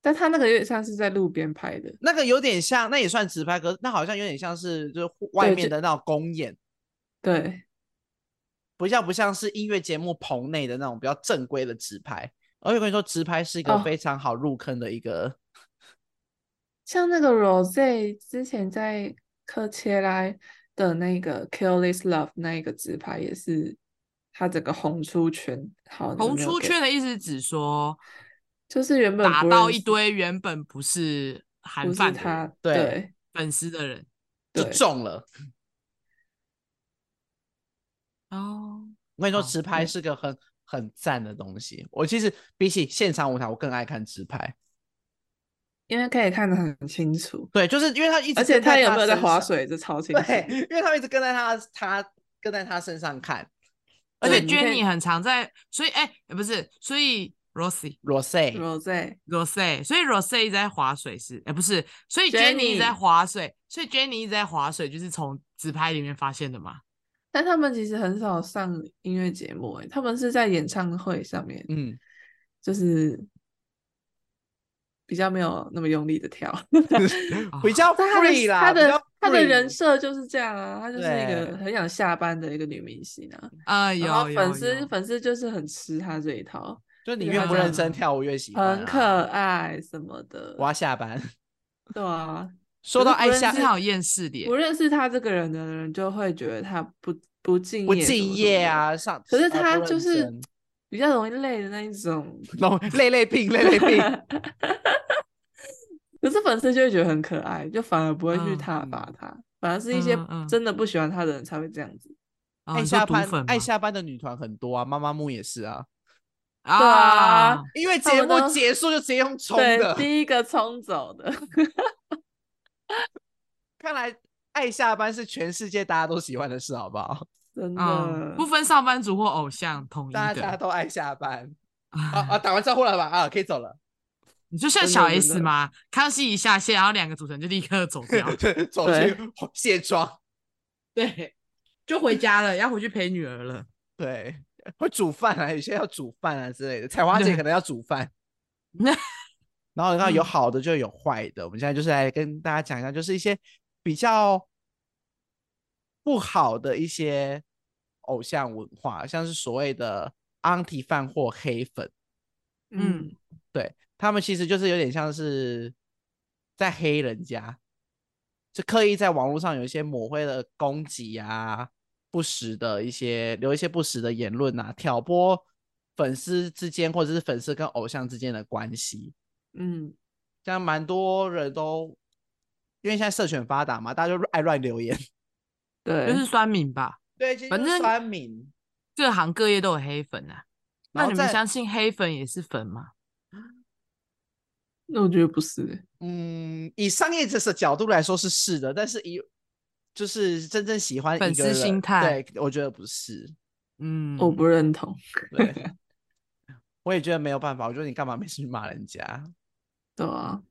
Speaker 2: 但他那个有点像是在路边拍的，
Speaker 3: 那个有点像，那也算直拍，可是那好像有点像是就是外
Speaker 2: 对
Speaker 3: 面
Speaker 2: 就
Speaker 3: 的那种公演，
Speaker 2: 对
Speaker 3: 不像不像是音乐节目棚内的那种比较正规的直拍。而且我跟你说，直拍是一个
Speaker 2: 哦
Speaker 3: 非常好入坑的一个。
Speaker 2: 像那个 Rose 之前在科切拉的那个《Kill This Love》那一个直拍也是，他整个红出圈。好，你们
Speaker 1: 红
Speaker 2: 没有
Speaker 1: 出
Speaker 2: get
Speaker 1: 圈的意思，指说
Speaker 2: 就是原本
Speaker 1: 打
Speaker 2: 不
Speaker 1: 到
Speaker 2: 认
Speaker 1: 一
Speaker 2: 识
Speaker 1: 堆原本不是韩
Speaker 2: 不是
Speaker 1: 范的人
Speaker 2: 他，
Speaker 3: 对
Speaker 2: 对
Speaker 1: 粉丝的人
Speaker 3: 就
Speaker 2: 对
Speaker 3: 中了。
Speaker 1: 哦。
Speaker 3: 我跟你说，
Speaker 1: 好
Speaker 3: 直拍
Speaker 2: 对
Speaker 3: 是个很很赞的东西。我其实比起现场舞台，我更爱看直拍。
Speaker 2: 因为可以看得很清楚，
Speaker 3: 对，就是因为他一直
Speaker 2: 而且
Speaker 3: 跟在
Speaker 2: 他有
Speaker 3: 他
Speaker 2: 没有在
Speaker 3: 身
Speaker 2: 划
Speaker 3: 上
Speaker 2: 水，这超清楚。
Speaker 3: 对，因为他们一直跟在他他跟在他身上看。
Speaker 1: 而
Speaker 2: 对
Speaker 1: 且
Speaker 2: 你可以
Speaker 1: Jenny 很常在，所以哎、不是，所以 Rosie
Speaker 3: Rose，
Speaker 2: Rose，
Speaker 1: Rose，所以 Rose 一直在划水是，哎、不是，所以
Speaker 2: Jenny
Speaker 1: Jenny 一直在划水，所以 Jenny 一直在划水，就是从纸牌里面发现的嘛。
Speaker 2: 但他们其实很少上音乐节目，哎，他们是在演唱会上面，
Speaker 3: 嗯，
Speaker 2: 就是比较没有那么用力 的跳。
Speaker 3: 比较
Speaker 2: 但他的
Speaker 3: free 啦，
Speaker 2: 他
Speaker 3: 比较
Speaker 2: 的他的
Speaker 3: free
Speaker 2: 人设就是这样啊，他就是一
Speaker 3: 对
Speaker 2: 个很想下班的一个女明星啊。
Speaker 1: 呃，
Speaker 2: 然后
Speaker 1: 有有
Speaker 2: 粉丝
Speaker 1: 有
Speaker 2: 粉丝就是很吃他这一套，
Speaker 3: 就你
Speaker 2: 对
Speaker 3: 越
Speaker 2: 他
Speaker 3: 不
Speaker 2: 这
Speaker 3: 认
Speaker 2: 样
Speaker 3: 真跳，我越喜欢啊、
Speaker 2: 很可爱什么的。
Speaker 3: 我要下班。
Speaker 2: 对啊，
Speaker 3: 说到
Speaker 2: 不
Speaker 3: 爱
Speaker 2: 认
Speaker 3: 下
Speaker 2: 识
Speaker 1: 他好厌世的耶
Speaker 2: 不认识他这个人的人就会觉得他不不敬
Speaker 3: 不
Speaker 2: 业什么
Speaker 3: 敬
Speaker 2: 什
Speaker 3: 业
Speaker 2: 么的。
Speaker 3: 啊，上
Speaker 2: 可是
Speaker 3: 呃不
Speaker 2: 他
Speaker 3: 认
Speaker 2: 就是
Speaker 3: 真
Speaker 2: 比较容易累的那一种，
Speaker 3: 然后累累病，累累 病。
Speaker 2: 可是粉丝就会觉得很可爱，就反而不会去
Speaker 1: 嗯
Speaker 2: 挞伐他，反而是一些
Speaker 1: 嗯嗯
Speaker 2: 真的不喜欢他的人才会这样子。
Speaker 1: 哦
Speaker 3: 爱
Speaker 1: 你说
Speaker 3: 下
Speaker 1: 毒
Speaker 3: 班
Speaker 1: 粉，
Speaker 3: 爱
Speaker 1: 吗
Speaker 3: 下班的女团很多啊，妈妈木也是啊，
Speaker 2: 啊
Speaker 1: 啊，
Speaker 3: 因为
Speaker 2: 他
Speaker 3: 节
Speaker 2: 们
Speaker 3: 目
Speaker 2: 都
Speaker 3: 结束就直接用冲
Speaker 2: 对，
Speaker 3: 的。
Speaker 2: 第一个冲走的，
Speaker 3: 看来爱下班是全世界大家都喜欢的事，好不好？
Speaker 2: 真的
Speaker 1: 嗯，不分上班族或偶像，统一
Speaker 3: 大家大家
Speaker 1: 的。
Speaker 3: 都爱下班。啊啊，打完招呼了吧？啊，可以走了，
Speaker 1: 你就像
Speaker 2: 真的
Speaker 1: 小
Speaker 2: 真
Speaker 1: S
Speaker 2: 的
Speaker 1: 嘛，康熙一下线，然后两个主持人就立刻走 掉，
Speaker 3: 对走去卸妆。
Speaker 1: 对，就回家了，要回去陪女儿了。
Speaker 3: 对，会煮饭啊，有些要煮饭啊之类的。采花姐
Speaker 1: 对
Speaker 3: 可能要煮饭。 然后你看有
Speaker 1: 嗯
Speaker 3: 好的就有坏的，我们现在就是来跟大家讲一下，就是一些比较不好的一些偶像文化，像是所谓的 anti 饭或黑粉，
Speaker 1: 嗯
Speaker 2: 嗯，
Speaker 3: 对他们其实就是有点像是在黑人家，就刻意在网络上有一些抹黑的攻击啊，不实的一些留一些不实的言论啊，挑拨粉丝之间或者是粉丝跟偶像之间的关系。
Speaker 2: 嗯，
Speaker 3: 像蛮多人都，因为现在社群很发达嘛，大家就爱乱留言。
Speaker 2: 对，
Speaker 1: 就是酸民吧，
Speaker 3: 对，其实
Speaker 1: 反
Speaker 3: 就是
Speaker 1: 正
Speaker 3: 酸民。
Speaker 1: 各行各业都有黑粉啊。
Speaker 3: 然
Speaker 1: 那
Speaker 3: 后
Speaker 1: 你们
Speaker 3: 再
Speaker 1: 相信黑粉也是粉吗？
Speaker 2: 那我觉得不是，欸
Speaker 3: 嗯，以商业者的角度来说是是的，但是以就是真正喜欢一
Speaker 1: 粉
Speaker 3: 个
Speaker 1: 丝心
Speaker 3: 人
Speaker 1: 态
Speaker 3: 对，我觉得不是。
Speaker 1: 嗯，
Speaker 2: 我不认同。
Speaker 3: 对，我也觉得没有办法。我觉得你干嘛没事去骂人家？
Speaker 2: 对啊，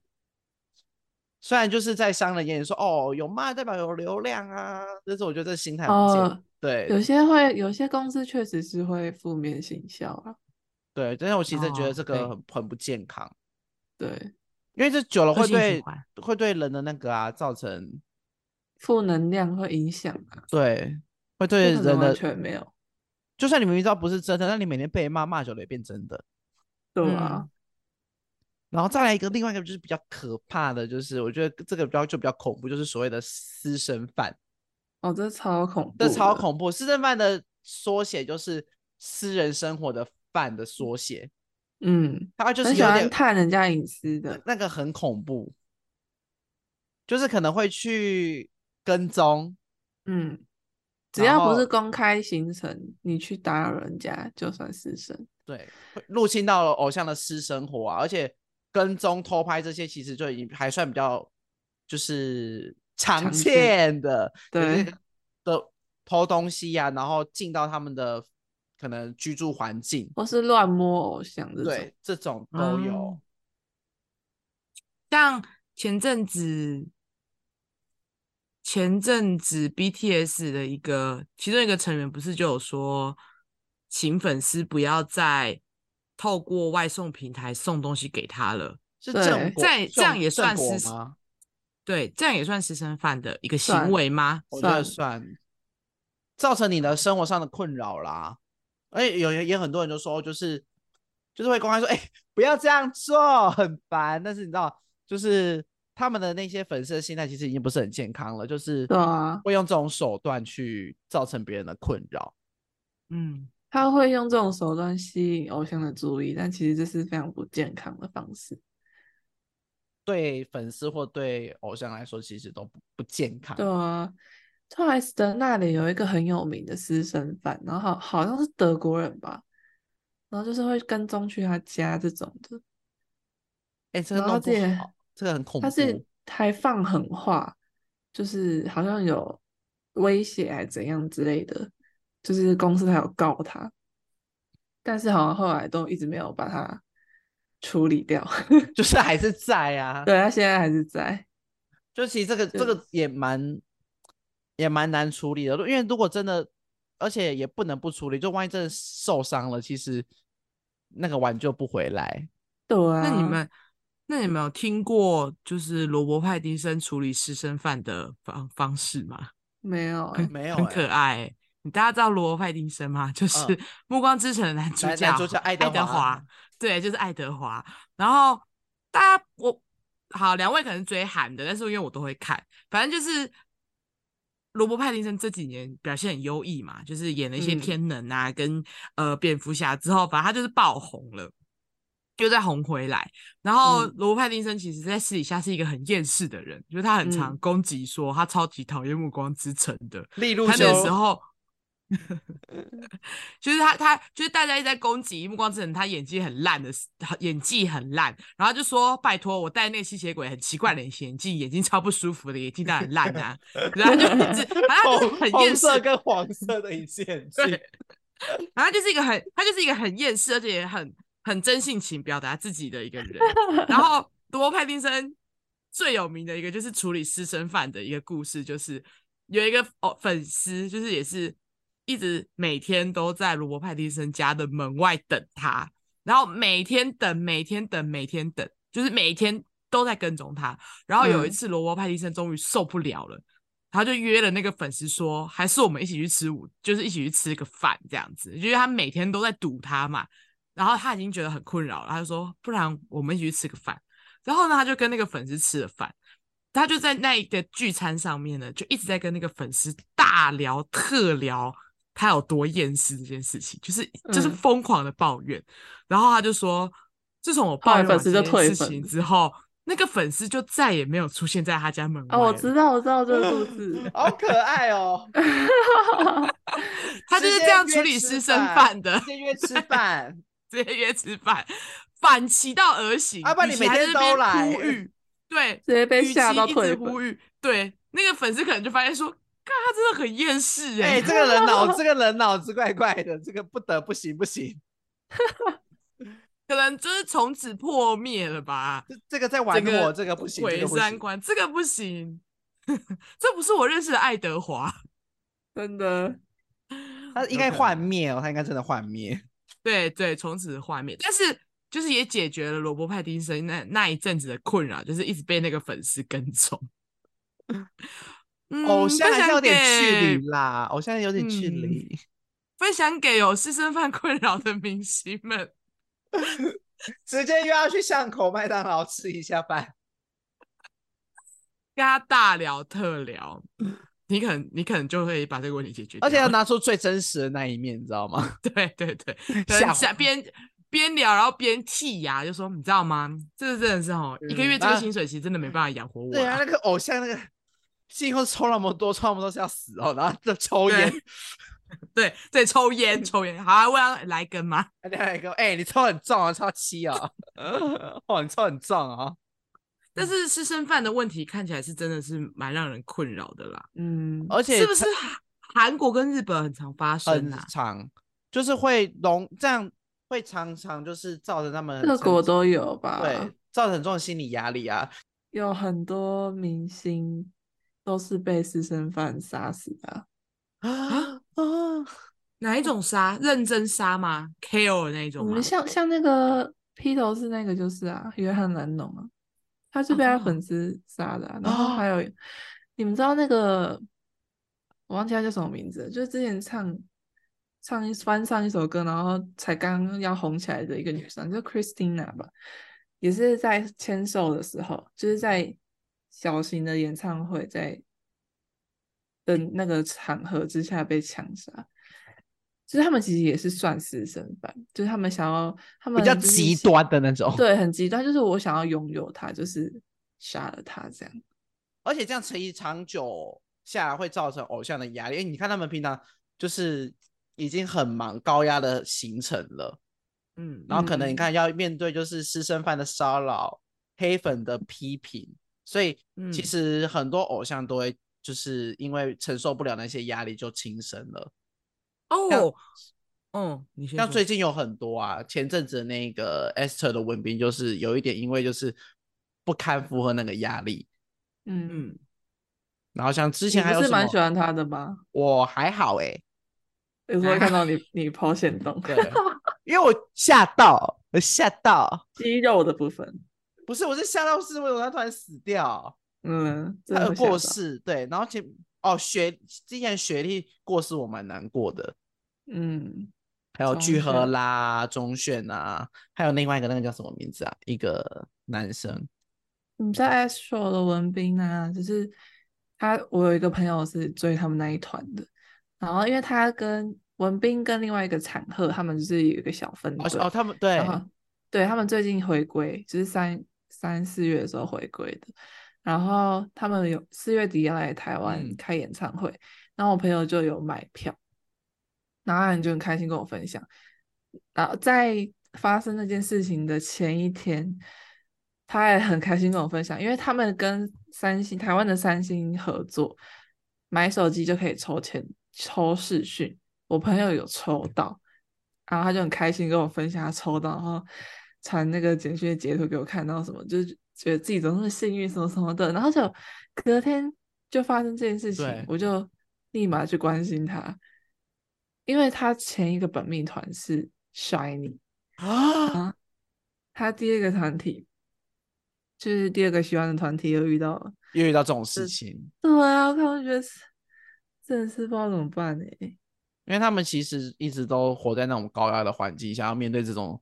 Speaker 3: 虽然就是在商人眼里说哦，有骂代表有流量啊，但是我觉得这心态不见。
Speaker 2: 哦，
Speaker 3: 对
Speaker 2: 有些会，有些公司确实是会负面行销啊，
Speaker 3: 对，但是我其实觉得
Speaker 1: 哦
Speaker 3: 这
Speaker 1: 对
Speaker 3: 个很很不健康。
Speaker 2: 对，
Speaker 3: 因为这久了
Speaker 1: 恶
Speaker 3: 会
Speaker 1: 性循
Speaker 3: 对
Speaker 1: 环
Speaker 3: 会对人的那个啊造成
Speaker 2: 负能量会影响啊，
Speaker 3: 对会
Speaker 2: 不
Speaker 3: 对
Speaker 2: 可能
Speaker 3: 人
Speaker 2: 完
Speaker 3: 的，
Speaker 2: 全没有，
Speaker 3: 就算你明明知道不是真的，但你每天被骂骂久了也变真的。
Speaker 2: 对啊，
Speaker 3: 然后再来一个，另外一个就是比较可怕的，就是我觉得这个比较就比较恐怖，就是所谓的私生饭，
Speaker 2: 哦，这超恐
Speaker 3: 嗯这
Speaker 2: 怖
Speaker 3: 超
Speaker 2: 的
Speaker 3: 恐怖。私生饭的缩写就是私人生活的饭的缩写，
Speaker 2: 嗯，
Speaker 3: 它就是
Speaker 2: 很
Speaker 3: 有
Speaker 2: 喜欢
Speaker 3: 点
Speaker 2: 探人家隐私的，
Speaker 3: 那个很恐怖，就是可能会去跟踪，
Speaker 2: 嗯，只
Speaker 3: 然
Speaker 2: 要不是
Speaker 3: 后
Speaker 2: 公开行程，你去打扰人家就算私生，
Speaker 3: 对，会入侵到了偶像的私生活啊，而且跟踪偷拍这些，其实就已经还算比较就是常
Speaker 2: 常
Speaker 3: 见
Speaker 2: 见
Speaker 3: 的，
Speaker 2: 对
Speaker 3: 的偷东西呀、然后进到他们的可能居住环境，
Speaker 2: 或是乱摸偶像这种，
Speaker 3: 对，这种都有
Speaker 1: 嗯。像前阵子，前阵子 BTS 的一个其中一个成员不是就有说，请粉丝不要再透过外送平台送东西给他了。
Speaker 3: 是
Speaker 2: 对
Speaker 3: 正果，
Speaker 1: 这样这样也
Speaker 3: 正
Speaker 1: 算
Speaker 3: 果
Speaker 1: 是
Speaker 3: 吗？
Speaker 1: 对，这样也算私生饭的一个行
Speaker 2: 算
Speaker 1: 为吗？
Speaker 3: 我觉得
Speaker 2: 算
Speaker 3: 算，造成你的生活上的困扰啦。而且有也很多人就说，就是就是会公开说，哎、不要这样做，很烦。但是你知道，就是他们的那些粉丝的心态其实已经不是很健康了，就是
Speaker 2: 对啊
Speaker 3: 会用这种手段去造成别人的困扰。
Speaker 1: 嗯，
Speaker 2: 他会用这种手段吸引偶像的注意，但其实这是非常不健康的方式，
Speaker 3: 对粉丝或对偶像来说，其实都不不健康。
Speaker 2: 对啊。Twice 的那里有一个很有名的私生饭，然后好好像是德国人吧，然后就是会跟踪去他家这种的，
Speaker 3: 哎、这个
Speaker 2: 然后
Speaker 3: 弄
Speaker 2: 这也
Speaker 3: 不好，这个很恐怖。
Speaker 2: 他是还放狠话，就是好像有威胁还怎样之类的，就是公司他有告他，但是好像后来都一直没有把他处理掉。
Speaker 3: 就是还是在啊，
Speaker 2: 对他现在还是在，
Speaker 3: 就其实这个这
Speaker 2: 就
Speaker 3: 个也蛮也蛮难处理的，因为如果真的，而且也不能不处理，就万一真的受伤了，其实那个挽救不回来。
Speaker 2: 对啊。
Speaker 1: 那你
Speaker 3: 嗯
Speaker 1: 们，那你们有听过就是罗伯派丁森处理私生饭的方方式吗？
Speaker 2: 没有、欸？
Speaker 3: 没有、
Speaker 1: 很可
Speaker 3: 欸，
Speaker 1: 爱欸、你大家知道罗伯派丁森吗？ 就是
Speaker 3: 嗯
Speaker 1: 《暮光之城》的男主
Speaker 3: 男
Speaker 1: 角，
Speaker 3: 男主角爱德
Speaker 1: 德
Speaker 3: 华
Speaker 1: 华，对，就是爱德华。然后大家我好，两位可能追韩的，但是因为我都会看，反正就是罗伯派丁森这几年表现很优异嘛，就是演了一些
Speaker 2: 嗯
Speaker 1: 天能啊，跟呃蝙蝠侠之后，反正他就是爆红了。又再红回来，然后
Speaker 2: 嗯
Speaker 1: 罗伯派丁森其实在私底下是一个很厌世的人，就是他很常
Speaker 2: 嗯
Speaker 1: 攻击说他超级讨厌《暮光之城》的，
Speaker 3: 利路
Speaker 1: 他那
Speaker 3: 修
Speaker 1: 时候， 就是他他就是大家一直在攻击《暮光之城》，他演技很烂的，演技很烂，然后就说拜托我戴那个吸血鬼很奇怪的眼镜，眼睛超不舒服的，眼镜当然烂啊，然后他就一直反正他就是
Speaker 3: 红
Speaker 1: 很
Speaker 3: 红
Speaker 1: 厌世，
Speaker 3: 色跟黄色的一件
Speaker 1: 对
Speaker 3: 镜，。
Speaker 1: 然后他就是一个很他就是一个很厌世，而且也很很真性情表达自己的一个人，然后罗伯派丁森最有名的一个就是处理私生饭的一个故事，就是有一个哦粉丝，就是也是一直每天都在罗伯派丁森家的门外等他，然后每天等，每天等，每天等，就是每天都在跟踪他。然后有一
Speaker 2: 嗯
Speaker 1: 次，罗伯派丁森终于受不了了。他就约了那个粉丝说，还是我们一起去吃午，就是一起去吃个饭这样子，因为他每天都在堵他嘛，然后他已经觉得很困扰了，他就说，不然我们一起去吃个饭。然后呢，他就跟那个粉丝吃了饭，他就在那一个聚餐上面呢，就一直在跟那个粉丝大聊特聊他有多厌世这件事情，就是就是
Speaker 2: 嗯
Speaker 1: 疯狂的抱怨。然后他就说，自从我
Speaker 2: 后
Speaker 1: 抱
Speaker 2: 来
Speaker 1: 怨
Speaker 2: 粉
Speaker 1: 完
Speaker 2: 丝
Speaker 1: 这
Speaker 2: 就
Speaker 1: 件
Speaker 2: 退
Speaker 1: 事
Speaker 2: 粉
Speaker 1: 情
Speaker 2: 了
Speaker 1: 之后，那个粉丝就再也没有出现在他家门外
Speaker 2: 哦，我
Speaker 1: 了
Speaker 2: 知道，我知道这个故事
Speaker 3: 好可爱哦。
Speaker 1: 他就
Speaker 3: 直
Speaker 1: 是
Speaker 3: 接
Speaker 1: 这样
Speaker 3: 约
Speaker 1: 处理
Speaker 3: 吃
Speaker 1: 私生
Speaker 3: 饭
Speaker 1: 饭的
Speaker 3: 直，接约吃饭，
Speaker 1: 直接约吃饭，反其道而行。
Speaker 3: 啊不然
Speaker 1: 与
Speaker 3: 你
Speaker 1: 其
Speaker 3: 每
Speaker 1: 还
Speaker 3: 天
Speaker 1: 在
Speaker 3: 都
Speaker 1: 那边
Speaker 3: 来
Speaker 1: 呼吁，对，
Speaker 2: 直接被
Speaker 1: 与其
Speaker 2: 吓到
Speaker 1: 一直
Speaker 2: 退粉
Speaker 1: 呼吁，对，那个粉丝可能就发现说，看他真的很厌世
Speaker 3: 哎、
Speaker 1: 哎、
Speaker 3: 这个人 脑，这个人脑子怪怪的，这个不得不行不行，
Speaker 1: 可能就是从此破灭了吧。
Speaker 3: 这这个在玩
Speaker 1: 这
Speaker 3: 火，
Speaker 1: 个
Speaker 3: 这个不行，这
Speaker 1: 毁
Speaker 3: 个不
Speaker 1: 三
Speaker 3: 行。
Speaker 1: 观，这个不行， 这不是我认识的爱德华。
Speaker 2: 真的，
Speaker 3: 他应
Speaker 1: 有
Speaker 3: 该
Speaker 1: 可
Speaker 3: 幻
Speaker 1: 能
Speaker 3: 灭哦，他应该真的幻灭。
Speaker 1: 对对，从此幻灭。但是就是也解决了罗伯派丁森那那一阵子的困扰，就是一直被那个粉丝跟踪。嗯
Speaker 3: 偶像
Speaker 1: 分
Speaker 3: 还是
Speaker 1: 享
Speaker 3: 有点距
Speaker 1: 给
Speaker 3: 离啦，偶像有点距
Speaker 1: 嗯
Speaker 3: 离。
Speaker 1: 分享给有私生饭困扰的明星们。
Speaker 3: 直接又要去巷口麦当劳吃一下饭，
Speaker 1: 跟他大聊特聊，你可能你可能就会把这个问题解决掉。
Speaker 3: 而且要拿出最真实的那一面，你知道吗？
Speaker 1: 对对对，
Speaker 3: 吓
Speaker 1: 等
Speaker 3: 唬
Speaker 1: 下边边聊，然后边剔牙，就说你知道吗？这真的是哦，一个
Speaker 3: 嗯
Speaker 1: 月这个
Speaker 3: 啊
Speaker 1: 薪水其实真的没办法养活 我
Speaker 3: 对
Speaker 1: 啦。
Speaker 3: 啊， 那个偶像那个今后抽那么多，抽那么多是要死哦， 然后就抽烟，
Speaker 1: 对对，抽烟抽烟，好、啊，我要来一根吗？
Speaker 3: 另外一个哎，你抽很重啊，抽七啊， 哇，你抽很重啊，
Speaker 1: 但是私生饭的问题看起来是真的是蛮让人困扰的啦，
Speaker 2: 嗯，
Speaker 3: 而且
Speaker 1: 是不是韩？韩国跟日本很常发
Speaker 3: 很
Speaker 1: 生啊，
Speaker 3: 长，就是会容这样会常常就是造成他们
Speaker 2: 各
Speaker 3: 很
Speaker 2: 国
Speaker 3: 沉
Speaker 2: 都有吧？
Speaker 3: 对，造成很重的心理压力啊，
Speaker 2: 有很多明星都是被私生饭杀死的啊、
Speaker 3: 啊
Speaker 1: 哪一种杀？认真杀吗？KO 的那一
Speaker 2: 我
Speaker 1: 种吗
Speaker 2: 们？嗯像像那个披头士那个就是啊，约翰·兰农啊，他是
Speaker 1: 哦
Speaker 2: 被
Speaker 1: 真
Speaker 2: 他
Speaker 1: 的哦
Speaker 2: 粉丝杀的啊、然后
Speaker 3: 哦
Speaker 2: 还有、你们知道那个我忘记他叫什么名字了，就是之前唱唱一翻唱一首歌，然后才刚要红起来的一个女生，叫 Christina 吧，也是在签售的时候，就是在小型的演唱会在的那个场合之下被枪杀。就是他们其实也是算私生饭，就是他们想要他 们
Speaker 3: 比较
Speaker 2: 就是
Speaker 3: 极
Speaker 2: 想
Speaker 3: 端的那种。
Speaker 2: 对，很极端，就是我想要拥有它，就是杀了它这样。
Speaker 3: 而且这样长长久下来会造成偶像的压力，因为你看他们平常就是已经很忙高压的行程了，
Speaker 1: 嗯，
Speaker 3: 然后可能你
Speaker 2: 嗯
Speaker 3: 看要面对就是私生饭的骚扰、黑粉的批评，所以其
Speaker 1: 嗯
Speaker 3: 实很多偶像都会就是因为承受不了那些压力就轻生了。
Speaker 1: 哦，嗯，你先
Speaker 3: 像
Speaker 1: 说
Speaker 3: 最近有很多啊，前阵子那个 Esther 的文斌就是有一点因为就是不堪负荷那个压力，
Speaker 2: 嗯，
Speaker 1: 嗯，
Speaker 3: 然后像之
Speaker 2: 之
Speaker 3: 前还有
Speaker 2: 是
Speaker 3: 什么
Speaker 2: 蛮喜欢他的吗？
Speaker 3: 我还好哎、
Speaker 2: 有时候看到你 你抛线动，
Speaker 3: 对， 因为我吓到，我吓到，
Speaker 2: 肌肉的部分，
Speaker 3: 不是，我是吓到是为什么他突然死掉，
Speaker 2: 嗯，真
Speaker 3: 他
Speaker 2: 的
Speaker 3: 有
Speaker 2: 会吓
Speaker 3: 过
Speaker 2: 到，
Speaker 3: 世，对，然后前哦学之前学历过世我蛮难过的，
Speaker 2: 嗯，
Speaker 3: 还有
Speaker 2: 钟
Speaker 3: 聚合
Speaker 2: 铉
Speaker 3: 啦、钟铉啊，还有另外一个那个叫什么名字啊？一个男生，
Speaker 2: 你在 S s h o 的文斌啊，就是他，我有一个朋友是追他们那一团的，然后因为他跟文斌跟另外一个产赫，他们就是有一个小分
Speaker 3: 哦
Speaker 2: 队，
Speaker 3: 哦，他们对
Speaker 2: 然后对他们最近回归，就是三三四月的时候回归的。然后他们有四月底要来台湾
Speaker 3: 嗯
Speaker 2: 开演唱会，然后我朋友就有买票，然后他就很开心跟我分享。然后在发生那件事情的前一天，他也很开心跟我分享，因为他们跟三星台湾的三星合作，买手机就可以抽签抽视讯，我朋友有抽到，然后他就很开心跟我分享他抽到，然后传那个简讯的截图给我看，然后什么就是觉得自己怎么那么幸运什么什么的，然后就隔天就发生这件事
Speaker 3: 对
Speaker 2: 情，我就立马去关心他，因为他前一个本命团是 Shiny，
Speaker 3: 啊，
Speaker 2: 他第二个团体就是第二个喜欢的团体又遇到了，
Speaker 3: 又遇到这种事
Speaker 2: 是
Speaker 3: 情，
Speaker 2: 对啊，我看我就觉得是真的是不知道怎么办哎、
Speaker 3: 因为他们其实一直都活在那种高压的环境下，要面对这种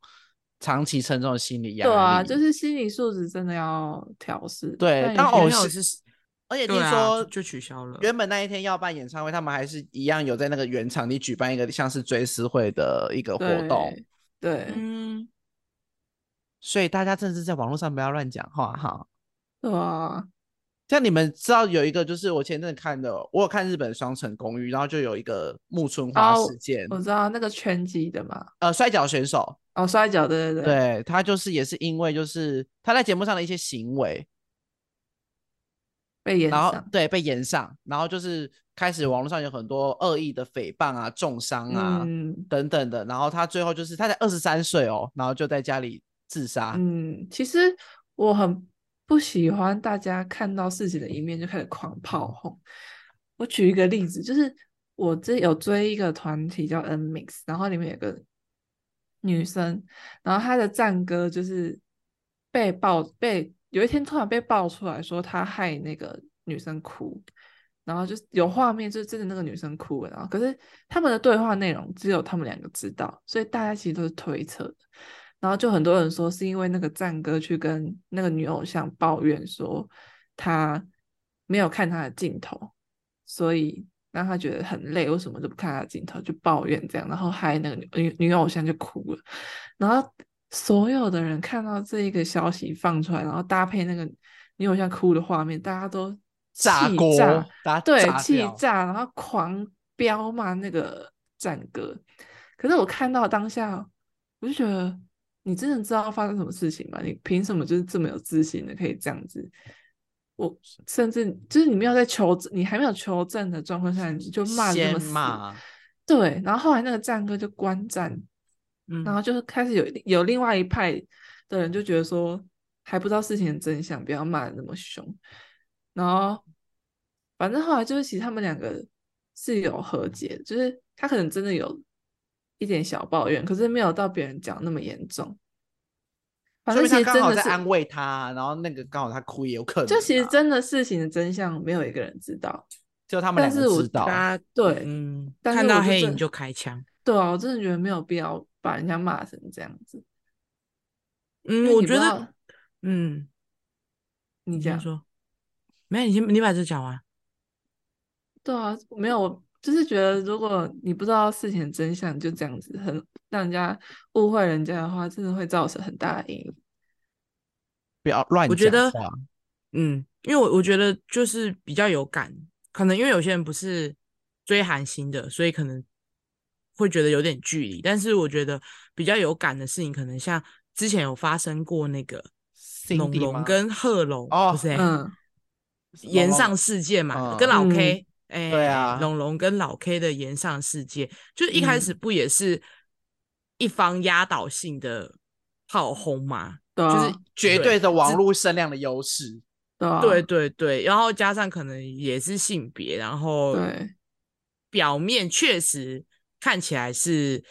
Speaker 3: 长期沉重的心理压力。
Speaker 2: 对啊，就是心理素质真的要调试。
Speaker 3: 对哦
Speaker 2: 但
Speaker 3: 当
Speaker 2: 有些
Speaker 3: 偶
Speaker 2: 人
Speaker 1: 没有
Speaker 3: 是
Speaker 1: 是，
Speaker 3: 而且听
Speaker 1: 对啊
Speaker 3: 说、
Speaker 1: 就就取消了
Speaker 3: 原本那一天要办演唱会，他们还是一样有在那个原场地举办一个像是追思会的一个活动，
Speaker 2: 对，对
Speaker 1: 嗯，
Speaker 3: 所以大家真的是在网络上不要乱讲话哈。
Speaker 2: 对啊，
Speaker 3: 像你们知道有一个，就是我前阵子看的，我有看日本《双城公寓》，然后就有一个木村花
Speaker 2: 哦
Speaker 3: 事件，
Speaker 2: 我知道那个拳击的嘛，
Speaker 3: 呃，摔跤选手，
Speaker 2: 哦，摔跤，对对对，
Speaker 3: 对他就是也是因为就是他在节目上的一些行为，
Speaker 2: 被延
Speaker 3: 然后
Speaker 2: 上，
Speaker 3: 对被延上，然后就是开始网络上有很多恶意的诽谤啊、重伤啊、
Speaker 2: 嗯
Speaker 3: 等等的，然后他最后就是他才二十三岁哦，然后就在家里自杀，
Speaker 2: 嗯，其实我很不喜欢大家看到事情的一面就开始狂炮轰。我举一个例子，就是我之有追一个团体叫 N Mix，然后里面有个女生，然后她的战歌就是被爆被有一天突然被爆出来说她害那个女生哭，然后就是有画面，就是真的那个女生哭了，然后可是他们的对话内容只有他们两个知道，所以大家其实都是推测的。然后就很多人说是因为那个战哥去跟那个女偶像抱怨说他没有看她的镜头，所以让他觉得很累，为什么都不看她的镜头，就抱怨这样，然后害那个女女女偶像就哭了。然后所有的人看到这一个消息放出来，然后搭配那个女偶像哭的画面，大家都
Speaker 3: 炸
Speaker 2: 气
Speaker 3: 锅
Speaker 2: 炸，
Speaker 3: 把它
Speaker 2: 对，
Speaker 3: 炸
Speaker 2: 气
Speaker 3: 掉
Speaker 2: 炸，然后狂飙骂那个战哥。可是我看到当下，我就觉得你真的知道发生什么事情吗？你凭什么就是这么有自信的可以这样子？我甚至就是你没有在求证，你还没有求证的状况下，你就骂得这么
Speaker 3: 先
Speaker 2: 死，
Speaker 3: 骂，
Speaker 2: 对，然后后来那个战哥就观战，
Speaker 3: 嗯
Speaker 2: 然后就开始有有另外一派的人就觉得说还不知道事情的真相，不要骂的那么凶。然后反正后来就是其实他们两个是有和解的，就是他可能真的有一点小抱怨，可是没有到别人讲那么严重。反
Speaker 3: 说
Speaker 2: 正
Speaker 3: 明
Speaker 2: 其
Speaker 3: 他
Speaker 2: 实
Speaker 3: 刚
Speaker 2: 真
Speaker 3: 好
Speaker 2: 的
Speaker 3: 在
Speaker 2: 是
Speaker 3: 安慰他，然后那个刚好他哭也有可能啊、
Speaker 2: 就其实真的事情的真相没有一个人知道，
Speaker 3: 就他们
Speaker 2: 但
Speaker 3: 两
Speaker 2: 是
Speaker 3: 个
Speaker 2: 我
Speaker 3: 知道，
Speaker 1: 大家
Speaker 2: 对
Speaker 1: 嗯，
Speaker 2: 但
Speaker 1: 看
Speaker 2: 是
Speaker 1: 到
Speaker 2: 我就
Speaker 1: 黑
Speaker 2: 真
Speaker 1: 影就开枪。
Speaker 2: 对啊，我真的觉得没有必要把人家骂成这样子。因
Speaker 1: 嗯，
Speaker 2: 为
Speaker 1: 我
Speaker 2: 你不
Speaker 1: 觉
Speaker 2: 知
Speaker 1: 得
Speaker 2: 道，
Speaker 1: 嗯，
Speaker 2: 你
Speaker 1: 你
Speaker 2: 讲
Speaker 1: 先说，没有，你先，你把这讲完。
Speaker 2: 对啊，没有，我就是觉得，如果你不知道事情的真相，就这样子很让人家误会人家的话，真的会造成很大的阴影。
Speaker 3: 不要乱
Speaker 1: 我觉
Speaker 3: 讲
Speaker 1: 得
Speaker 3: 话，
Speaker 1: 嗯，因为我我觉得就是比较有感，可能因为有些人不是追韩星的，所以可能会觉得有点距离。但是我觉得比较有感的事情，可能像之前有发生过那个龙
Speaker 3: Cindy
Speaker 1: 龙
Speaker 3: 吗
Speaker 1: 跟贺龙
Speaker 3: 哦
Speaker 1: 不是欸
Speaker 2: 嗯，
Speaker 1: 延上世界嘛，
Speaker 3: 嗯
Speaker 1: 跟老
Speaker 2: 嗯
Speaker 1: K，哎、
Speaker 3: 对啊嗯
Speaker 1: 龙龙跟老 K 的延上世界，就是一开始不也是一方压倒性的炮轰嘛，
Speaker 2: 对啊，
Speaker 1: 就是
Speaker 3: 绝对的网络声量的优势，
Speaker 2: 对啊
Speaker 1: 对对对，然后加上可能也是性别，然后
Speaker 2: 对
Speaker 1: 表面确实看起来是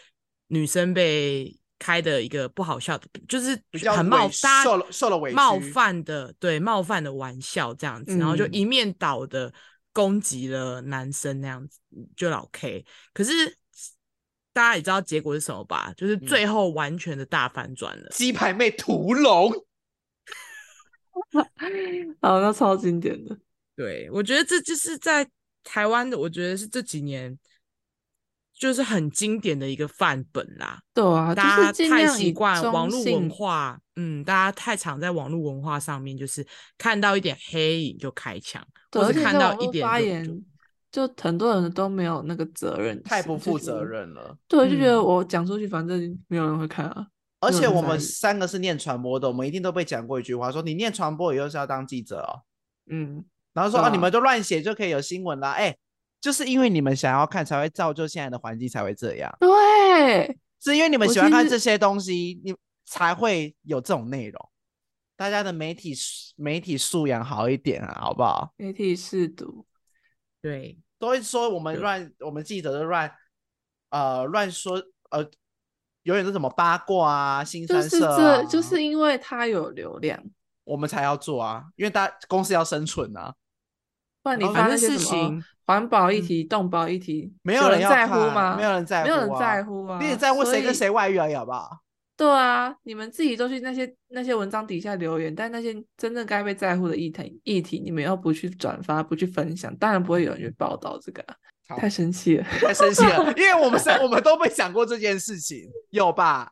Speaker 1: 女生被开的一个不好笑的，就是
Speaker 3: 比较
Speaker 1: 很冒
Speaker 3: 委屈
Speaker 1: 大家
Speaker 3: 受了受了委
Speaker 1: 冒
Speaker 3: 屈
Speaker 1: 犯的对冒犯的玩笑这样子，然后就
Speaker 2: 嗯
Speaker 1: 一面倒的攻击了男生那样子，就老 K。可是大家也知道结果是什么吧？就是
Speaker 2: 嗯
Speaker 1: 最后完全的大反转了。
Speaker 3: 鸡排妹屠 龙，
Speaker 2: 好，那超经典的，
Speaker 1: 对，我觉得这就是在台湾的，我觉得是这几年就是很经典的一个范本啦。
Speaker 2: 对啊，就
Speaker 1: 大
Speaker 2: 是
Speaker 1: 家
Speaker 2: 尽
Speaker 1: 太
Speaker 2: 量
Speaker 1: 习
Speaker 2: 以
Speaker 1: 惯
Speaker 2: 中
Speaker 1: 网络文
Speaker 2: 性
Speaker 1: 化，嗯，大家太常在网络文化上面，就是看到一点黑影就开枪，
Speaker 2: 对，
Speaker 1: 或
Speaker 2: 而
Speaker 1: 者
Speaker 2: 且
Speaker 1: 看
Speaker 2: 在
Speaker 1: 到
Speaker 2: 网
Speaker 1: 一
Speaker 2: 络
Speaker 1: 点
Speaker 2: 发
Speaker 1: 就
Speaker 2: 言，就很多人都没有那个责任，
Speaker 3: 太不负责。
Speaker 2: 就觉得
Speaker 3: 任了。
Speaker 2: 对，就觉得
Speaker 1: 嗯
Speaker 2: 我讲出去，反正没有人会看啊。
Speaker 3: 而
Speaker 2: 没有
Speaker 3: 且
Speaker 2: 人
Speaker 3: 我
Speaker 2: 在
Speaker 3: 们
Speaker 2: 意
Speaker 3: 三个是念传播的，我们一定都被讲过一句话，说你念传播以后是要当记者哦。
Speaker 2: 嗯，
Speaker 3: 然后说
Speaker 2: 对
Speaker 3: 啊，你
Speaker 2: 啊
Speaker 3: 们都乱写就可以有新闻啦。哎，就是因为你们想要看，才会造就现在的环境才会这样，
Speaker 2: 对，
Speaker 3: 是因为你们
Speaker 2: 我
Speaker 3: 喜欢
Speaker 2: 其
Speaker 3: 看
Speaker 2: 实
Speaker 3: 这些东西，你才会有这种内容。大家的媒体素媒体素养好一点啊，好不好？
Speaker 2: 媒体试读，
Speaker 1: 对，
Speaker 3: 都会说我们
Speaker 1: 对
Speaker 3: 乱，我们记者都乱，呃，乱说，呃，有点是什么八卦啊、新
Speaker 2: 就
Speaker 3: 三
Speaker 2: 是
Speaker 3: 色啊、
Speaker 2: 这，就是因为它有流量，
Speaker 3: 我们才要做啊，因为大公司要生存啊，
Speaker 2: 不然你
Speaker 3: 然后
Speaker 2: 发
Speaker 1: 反
Speaker 2: 哦那
Speaker 1: 正
Speaker 2: 些
Speaker 1: 事
Speaker 2: 什么
Speaker 1: 情
Speaker 2: 环保议
Speaker 1: 嗯
Speaker 2: 题、动保议题，
Speaker 3: 没有
Speaker 2: 人
Speaker 3: 要
Speaker 2: 在乎
Speaker 3: 看
Speaker 2: 吗？
Speaker 3: 没有人在乎、啊，
Speaker 2: 没有人在乎啊，
Speaker 3: 你只在乎谁跟
Speaker 2: 所以
Speaker 3: 谁外遇而已，好不好？
Speaker 2: 对啊，你们自己都去那些那些文章底下留言，但那些真正该被在乎的议题议题，你们又不去转发，不去分享，当然不会有人去报道这个啊、
Speaker 3: 好
Speaker 2: 太生气了。
Speaker 3: 太生气了，因为我们三我们都被讲过这件事情，有吧？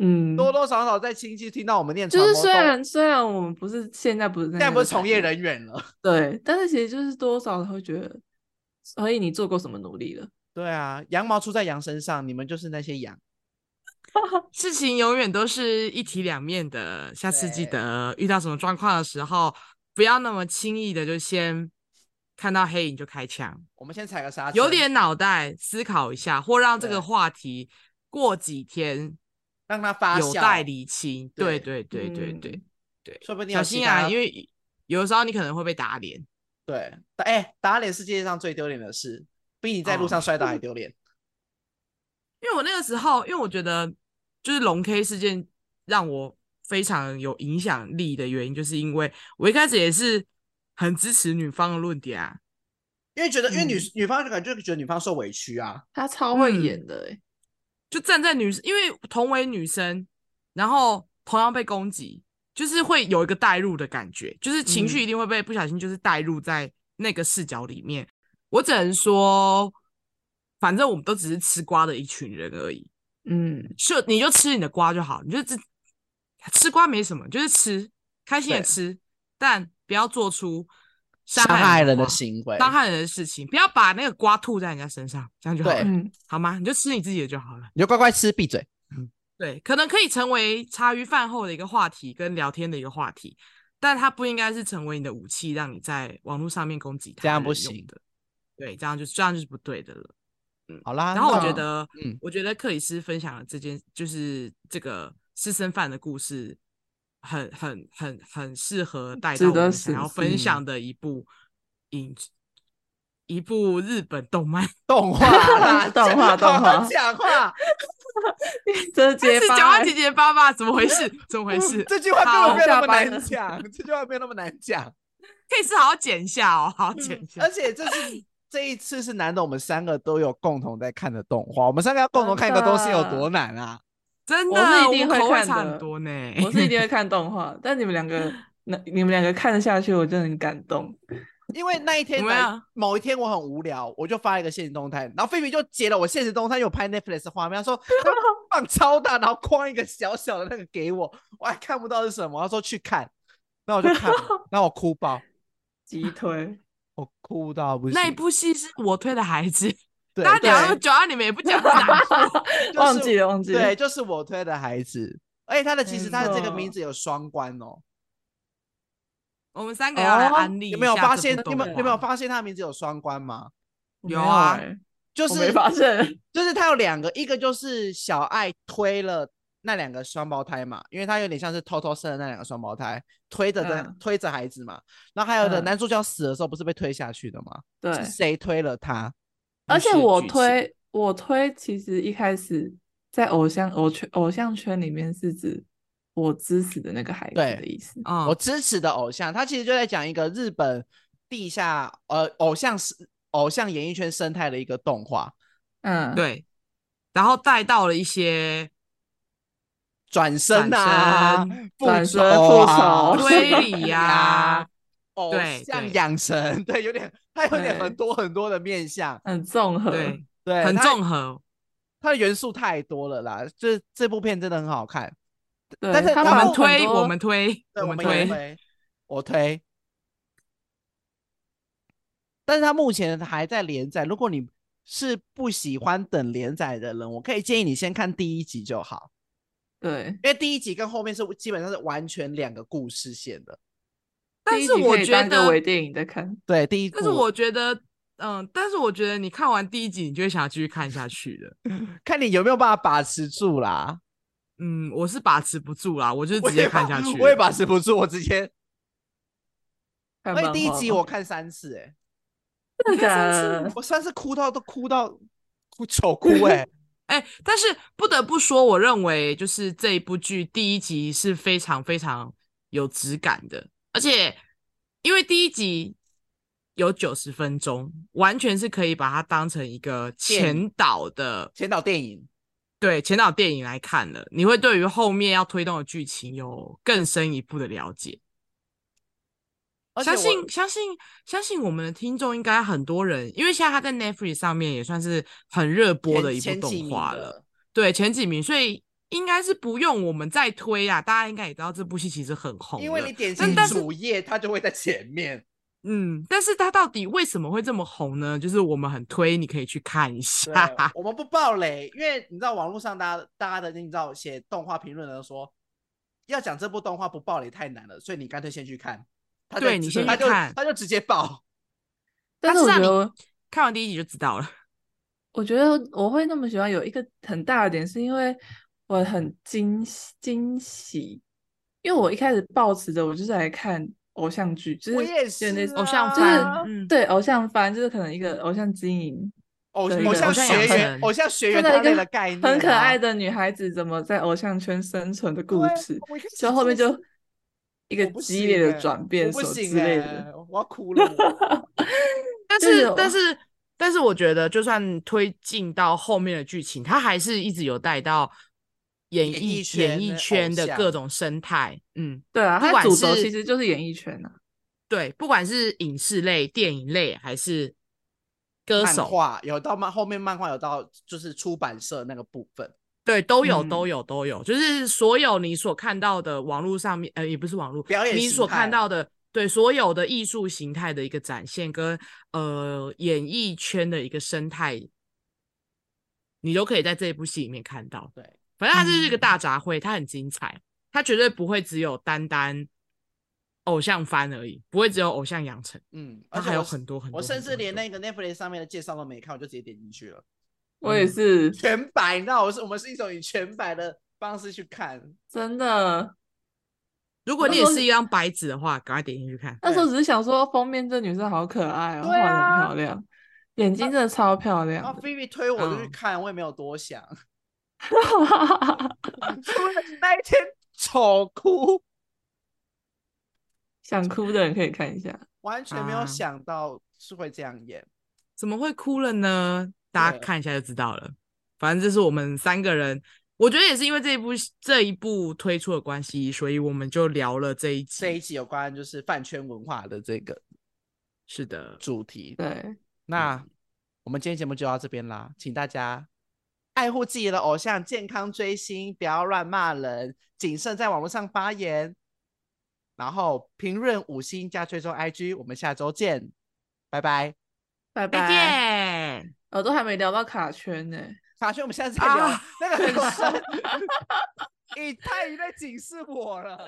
Speaker 2: 嗯，
Speaker 3: 多多少少在亲戚听到我们念
Speaker 2: 就
Speaker 3: 传
Speaker 2: 是
Speaker 3: 播
Speaker 2: 虽
Speaker 3: 都
Speaker 2: 然嗯虽然我们不是现在不是那
Speaker 3: 现在
Speaker 2: 样
Speaker 3: 不
Speaker 2: 的
Speaker 3: 是从
Speaker 2: 产
Speaker 3: 业人员了，
Speaker 2: 对，但是其实就是多少会觉得，所以你做过什么努力了？
Speaker 3: 对啊，羊毛出在羊身上，你们就是那些羊。
Speaker 1: 事情永远都是一体两面的。下次记
Speaker 3: 对
Speaker 1: 得遇到什么状况的时候，不要那么轻易的就先看到黑影就开枪，
Speaker 3: 我们先踩个刹车，
Speaker 1: 有点脑袋思考一下，或让这
Speaker 3: 啊对
Speaker 1: 个话题过几天
Speaker 3: 让它发
Speaker 1: 有
Speaker 3: 酵
Speaker 1: 待理清。对对对对
Speaker 2: 嗯
Speaker 1: 对对，
Speaker 3: 说不定
Speaker 1: 小
Speaker 3: 有其
Speaker 1: 心啊，
Speaker 3: 他
Speaker 1: 因为有的时候你可能会被打脸。
Speaker 3: 对，哎、打脸是世界上最丢脸的事，比你在路
Speaker 1: 哦
Speaker 3: 上摔倒还丢脸。
Speaker 1: 因为我那个时候，因为我觉得就是龙 K 事件让我非常有影响力的原因，就是因为我一开始也是很支持女方的论点啊，
Speaker 3: 因为觉得，因为女、
Speaker 2: 嗯
Speaker 3: 女方就感觉就觉得女方受委屈啊，
Speaker 2: 他超会
Speaker 1: 嗯
Speaker 2: 演的、欸，
Speaker 1: 就站在女，因为同为女生，然后同样被攻击，就是会有一个代入的感觉，就是情绪
Speaker 2: 嗯
Speaker 1: 一定会被不小心就是代入在那个视角里面。我只能说，反正我们都只是吃瓜的一群人而已，
Speaker 2: 嗯，
Speaker 1: 就你就吃你的瓜就好，你就只吃瓜没什么，就是吃，开心的
Speaker 3: 对
Speaker 1: 吃，但不要做出
Speaker 3: 伤
Speaker 1: 伤害
Speaker 3: 人的
Speaker 1: 话、
Speaker 3: 行为，
Speaker 1: 伤害人的事情，不要把那个瓜吐在人家身上，这样就好
Speaker 3: 对
Speaker 1: 了，
Speaker 2: 嗯，
Speaker 1: 好吗？你就吃你自己的就好了。
Speaker 3: 你就乖乖吃，闭嘴。
Speaker 1: 对，可能可以成为茶余饭后的一个话题跟聊天的一个话题，但它不应该是成为你的武器，让你在网络上面攻击他。
Speaker 3: 这样不行
Speaker 1: 的，对，这样就这样就是不对的了。
Speaker 3: 好啦，
Speaker 1: 然后我
Speaker 3: 啊那
Speaker 1: 觉
Speaker 2: 那
Speaker 1: 得，
Speaker 3: 嗯
Speaker 1: 我觉得克里斯分享的这件，就是这个私生饭的故事，很很很很适合带
Speaker 2: 值
Speaker 1: 到我
Speaker 2: 得
Speaker 1: 们想
Speaker 2: 深
Speaker 1: 要
Speaker 2: 思
Speaker 1: 分
Speaker 3: 嗯
Speaker 1: 享的一部影，一部日本动漫，
Speaker 3: 动画 啦
Speaker 2: 动画动画
Speaker 3: 好好讲 话，
Speaker 2: 这结
Speaker 1: 但是
Speaker 2: 巴
Speaker 1: 讲话
Speaker 2: 欸
Speaker 1: 结结巴巴，怎么回 事？怎么回事？
Speaker 3: 这句话根本没有那
Speaker 2: 好下
Speaker 3: 么
Speaker 2: 班
Speaker 3: 难
Speaker 2: 了
Speaker 3: 讲，这句话没有那么难讲，
Speaker 1: 可以是好好剪一下哦，好好剪一下
Speaker 3: 而。且这是这一次是难得我们三个都有共同在看的动画，我们三个要共同看一个东西有多难啊！
Speaker 1: 真的，
Speaker 2: 我是一定
Speaker 1: 们
Speaker 2: 会
Speaker 1: 口味
Speaker 2: 看
Speaker 1: 差
Speaker 2: 的
Speaker 1: 很多呢。
Speaker 2: 我是一定会看动 画，但你们两个，那你们两个看得下去，我真的很感动。
Speaker 3: 因为那一天
Speaker 1: 我们
Speaker 3: 来
Speaker 1: 要
Speaker 3: 某一天我很无聊，我就发了一个现实动态，然后菲菲就截了我现实动态，有拍 Netflix 的画面，她 说她放超大，然后框一个小小的那个给我，我还看不到是什么，她说去看，那我就看了，然后我哭爆，
Speaker 2: 急 推，
Speaker 3: 我哭到不行。
Speaker 1: 那一部戏是我推的孩子，
Speaker 3: 对
Speaker 1: 大家聊
Speaker 3: 对
Speaker 1: 那么久啊，你们也不讲是哪一部
Speaker 3: 就是
Speaker 2: 忘记了，忘记了。
Speaker 3: 对，就是我推的孩子。而且他的其实
Speaker 2: 没
Speaker 3: 他的这个
Speaker 2: 错
Speaker 3: 名字有双关哦，
Speaker 1: 我们三个要来
Speaker 3: 哦
Speaker 1: 安利一
Speaker 3: 有没有
Speaker 1: 下
Speaker 3: 发
Speaker 1: 这
Speaker 3: 现
Speaker 1: 部？
Speaker 3: 有没有有
Speaker 1: 动
Speaker 3: 没
Speaker 1: 画
Speaker 3: 有发现他的名字有双关吗？
Speaker 2: 我没
Speaker 1: 有啊
Speaker 2: 欸
Speaker 3: 就
Speaker 2: 我
Speaker 3: 是
Speaker 2: 没发现。
Speaker 3: 就是他有两个，一个就是小爱推了那两个双胞胎嘛，因为他有点像是偷偷生的那两个双胞胎，推着的、
Speaker 2: 嗯
Speaker 3: 推着孩子嘛。然后还有的
Speaker 2: 嗯
Speaker 3: 男主角死的时候不是被推下去的吗？
Speaker 2: 对，
Speaker 3: 是谁推了他？
Speaker 2: 而且
Speaker 3: 不是
Speaker 2: 我
Speaker 3: 剧情，
Speaker 2: 推我推，其实一开始在偶像偶圈偶像圈里面是指我支持的那个孩子
Speaker 3: 对
Speaker 2: 的意思。
Speaker 1: 嗯，
Speaker 3: 我支持的偶像，他其实就在讲一个日本地下呃偶像是偶像演艺圈生态的一个动画
Speaker 2: 嗯，，
Speaker 1: 对，然后带到了一些
Speaker 3: 转身啊
Speaker 1: 转身，
Speaker 3: 复
Speaker 2: 转
Speaker 3: 仇
Speaker 2: 身复
Speaker 3: 啊
Speaker 2: 仇
Speaker 1: 推理呀、
Speaker 3: 呀偶
Speaker 1: 对
Speaker 3: 像
Speaker 1: 对
Speaker 3: 养成， 对，有点他有点很
Speaker 2: 对
Speaker 3: 多很多的面相，
Speaker 2: 很综 合。
Speaker 1: 对，
Speaker 3: 对，
Speaker 1: 很
Speaker 3: 它
Speaker 1: 综合。
Speaker 3: 它的元素太多了啦，就是这部片真的很好看。
Speaker 2: 对，
Speaker 3: 但是
Speaker 2: 他
Speaker 3: 他然
Speaker 1: 我
Speaker 2: 把
Speaker 3: 后
Speaker 1: 们
Speaker 2: 很
Speaker 1: 推，
Speaker 2: 多
Speaker 1: 我们推，
Speaker 3: 对，
Speaker 1: 们
Speaker 3: 们也
Speaker 1: 推。
Speaker 3: 推，我推。但是它目前还在连载，如果你是不喜欢等连载的人，我可以建议你先看第一集就好，
Speaker 2: 对，
Speaker 3: 因为第一集跟后面是基本上是完全两个故事线的。
Speaker 1: 但
Speaker 2: 第一
Speaker 1: 是
Speaker 2: 集
Speaker 1: 我
Speaker 2: 可以
Speaker 1: 觉
Speaker 2: 当个
Speaker 1: 得
Speaker 2: 微电影在看。
Speaker 3: 对，第一部，
Speaker 1: 但是我觉得，嗯，但是我觉得你看完第一集，你就会想要继续看下去的。
Speaker 3: 看你有没有办法把持住啦。
Speaker 1: 嗯，我是把持不住啦，我就
Speaker 3: 我
Speaker 1: 直接
Speaker 3: 也
Speaker 1: 看
Speaker 3: 把
Speaker 1: 下去
Speaker 3: 我也
Speaker 1: 了
Speaker 3: 把持不住，我直 接。
Speaker 2: 看
Speaker 3: 而且
Speaker 2: 漫
Speaker 3: 第一
Speaker 2: 画
Speaker 3: 集
Speaker 2: 吧
Speaker 3: 我看三次、欸，哎，
Speaker 2: 真的啊
Speaker 1: 看
Speaker 2: 假
Speaker 1: 上次
Speaker 2: 的
Speaker 3: 我上次哭到都哭到哭丑哭 哎、
Speaker 1: 哎、但是不得不说，我认为就是这一部剧第一集是非常非常有质感的，而且因为第一集有九十分钟，完全是可以把它当成一个
Speaker 3: 电影
Speaker 1: 前导的
Speaker 3: 前导电影，
Speaker 1: 对前导电影来看了，你会对于后面要推动的剧情有更深一步的了解。
Speaker 3: 而且
Speaker 1: 相
Speaker 3: 我
Speaker 1: 信相信相信我们的听众应该很多人，因为现在它在 Netflix 上面也算是很热播
Speaker 3: 前
Speaker 1: 的一部
Speaker 3: 前几
Speaker 1: 动
Speaker 3: 名
Speaker 1: 画
Speaker 3: 的
Speaker 1: 了。对前几名，所以应该是不用我们再推啊。大家应该也知道这部戏其实很红了，
Speaker 3: 因为你点
Speaker 1: 但
Speaker 3: 进
Speaker 1: 但是
Speaker 3: 主页，它就会在前 面。
Speaker 1: 嗯，但是它到底为什么会这么红呢？就是我们很推，你可以去看一
Speaker 3: 对啊
Speaker 1: 下。，
Speaker 3: 我们不爆雷，因为你知道网络上大家大家的你知道写动画评论的都说，要讲这部动画不爆雷太难了，所以你干脆先去看。他就
Speaker 1: 对
Speaker 3: 直
Speaker 1: 你先
Speaker 3: 他
Speaker 1: 去
Speaker 3: 就
Speaker 1: 看
Speaker 3: 他就直接爆。
Speaker 2: 但
Speaker 1: 但
Speaker 2: 是
Speaker 1: 是
Speaker 2: 我觉
Speaker 1: 让你
Speaker 2: 得，
Speaker 1: 看完第一集就知道了。
Speaker 2: 我觉得我会那么喜欢，有一个很大的点是因为我很惊喜惊喜，因为我一开始抱持着我就是来看偶像剧，就是
Speaker 3: 我也
Speaker 2: 有点
Speaker 3: 是
Speaker 1: 偶像
Speaker 3: 啊
Speaker 2: 就是
Speaker 1: 番嗯
Speaker 2: 对偶像番，就是可能一个偶像经营，
Speaker 3: 偶
Speaker 2: 对
Speaker 3: 哦偶
Speaker 2: 对
Speaker 3: 像
Speaker 2: 偶像
Speaker 3: 学员
Speaker 2: 养
Speaker 1: 成
Speaker 3: 偶像学
Speaker 2: 看
Speaker 3: 员
Speaker 2: 到
Speaker 3: 大
Speaker 2: 一个
Speaker 3: 类的概念啊，
Speaker 2: 很可爱的女孩子怎么在偶像圈生存的故
Speaker 3: 对
Speaker 2: 事，
Speaker 3: 我一开始
Speaker 2: 就后面
Speaker 3: 真
Speaker 2: 就
Speaker 3: 的是
Speaker 2: 一个
Speaker 3: 我不
Speaker 2: 激
Speaker 3: 行
Speaker 2: 烈的
Speaker 3: 欸
Speaker 2: 转变
Speaker 3: 我
Speaker 2: 什
Speaker 3: 不
Speaker 2: 么
Speaker 3: 行
Speaker 2: 之
Speaker 3: 欸
Speaker 2: 类的，
Speaker 3: 我要哭了我。
Speaker 1: 但
Speaker 2: 就是有
Speaker 1: 但是但是，我觉得就算推进到后面的剧情，它还是一直有带到演
Speaker 3: 演
Speaker 1: 艺
Speaker 3: 艺圈
Speaker 1: 演艺
Speaker 3: 偶
Speaker 1: 圈的各
Speaker 3: 像
Speaker 1: 种生态。嗯，
Speaker 2: 对啊，
Speaker 1: 不
Speaker 2: 它
Speaker 1: 管
Speaker 2: 主轴
Speaker 1: 是
Speaker 2: 其实就是演艺圈啊，
Speaker 1: 对，不管是影视类、电影类还是歌
Speaker 3: 漫
Speaker 1: 手，
Speaker 3: 画有到漫后面漫画有到就是出版社那个部分，
Speaker 1: 对，都有，
Speaker 2: 嗯
Speaker 1: 都有，都有，就是所有你所看到的网络上面，呃，也不是网络
Speaker 3: 表演
Speaker 1: 你
Speaker 3: 形
Speaker 1: 所看
Speaker 3: 态啊
Speaker 1: 到的，对，所有的艺术形态的一个展现，跟呃演艺圈的一个生态，你都可以在这一部戏里面看到。
Speaker 3: 对，
Speaker 1: 反正它就是一个
Speaker 2: 嗯
Speaker 1: 大杂烩，它很精彩，它绝对不会只有单单偶像番而已，不会只有偶像养成，
Speaker 3: 嗯，
Speaker 1: 它
Speaker 3: 而且
Speaker 1: 还有
Speaker 3: 我
Speaker 1: 很多很多
Speaker 3: 我
Speaker 1: 很
Speaker 3: 甚
Speaker 1: 多
Speaker 3: 至
Speaker 1: 很
Speaker 3: 连
Speaker 1: 多
Speaker 3: 那个 Netflix 上面的介绍都没看，我就直接点进去了，
Speaker 2: 我也
Speaker 1: 嗯
Speaker 2: 是
Speaker 3: 全白。你知道，我是我们是一种以全白的方式去看，
Speaker 2: 真的。
Speaker 1: 如果
Speaker 2: 那
Speaker 1: 你
Speaker 2: 时
Speaker 1: 也
Speaker 2: 候
Speaker 1: 是
Speaker 2: 是
Speaker 1: 一张白纸的话，赶快点进去看。
Speaker 2: 那时候
Speaker 3: 对
Speaker 2: 只是想说封面这女生好可爱哦，
Speaker 3: 对
Speaker 2: 画
Speaker 3: 啊
Speaker 2: 的
Speaker 3: 哦
Speaker 2: 很漂亮，眼睛真的超漂亮
Speaker 3: 然后
Speaker 2: 的。
Speaker 3: 菲菲推我就去
Speaker 1: 嗯
Speaker 3: 看，我也没有多想， 除了那一天丑哭，
Speaker 2: 想哭的人可以看一下，
Speaker 3: 完全没有
Speaker 1: 啊
Speaker 3: 想到是会这样演。
Speaker 1: 怎么会哭了呢？大家
Speaker 3: 对
Speaker 1: 看一下就知道了。反正这是我们三个人，我觉得也是因为这一部这一部推出的关系，所以我们就聊了这一集。
Speaker 3: 这一集有关就是饭圈文化的这个
Speaker 1: 是的，
Speaker 3: 主题，
Speaker 2: 对，
Speaker 3: 那我们今天节目就到这边啦，请大家爱护自己的偶像，健康追星，不要乱骂人，谨慎在网络上发言，然后评论五星加追踪 IG，我们下周见，拜拜。
Speaker 1: 再
Speaker 2: 拜拜。
Speaker 1: 见。
Speaker 2: 我哦都还没聊到卡圈呢、
Speaker 3: 卡轩，我们下次再聊，
Speaker 1: 啊
Speaker 3: 那个很深，你太你在警示我了。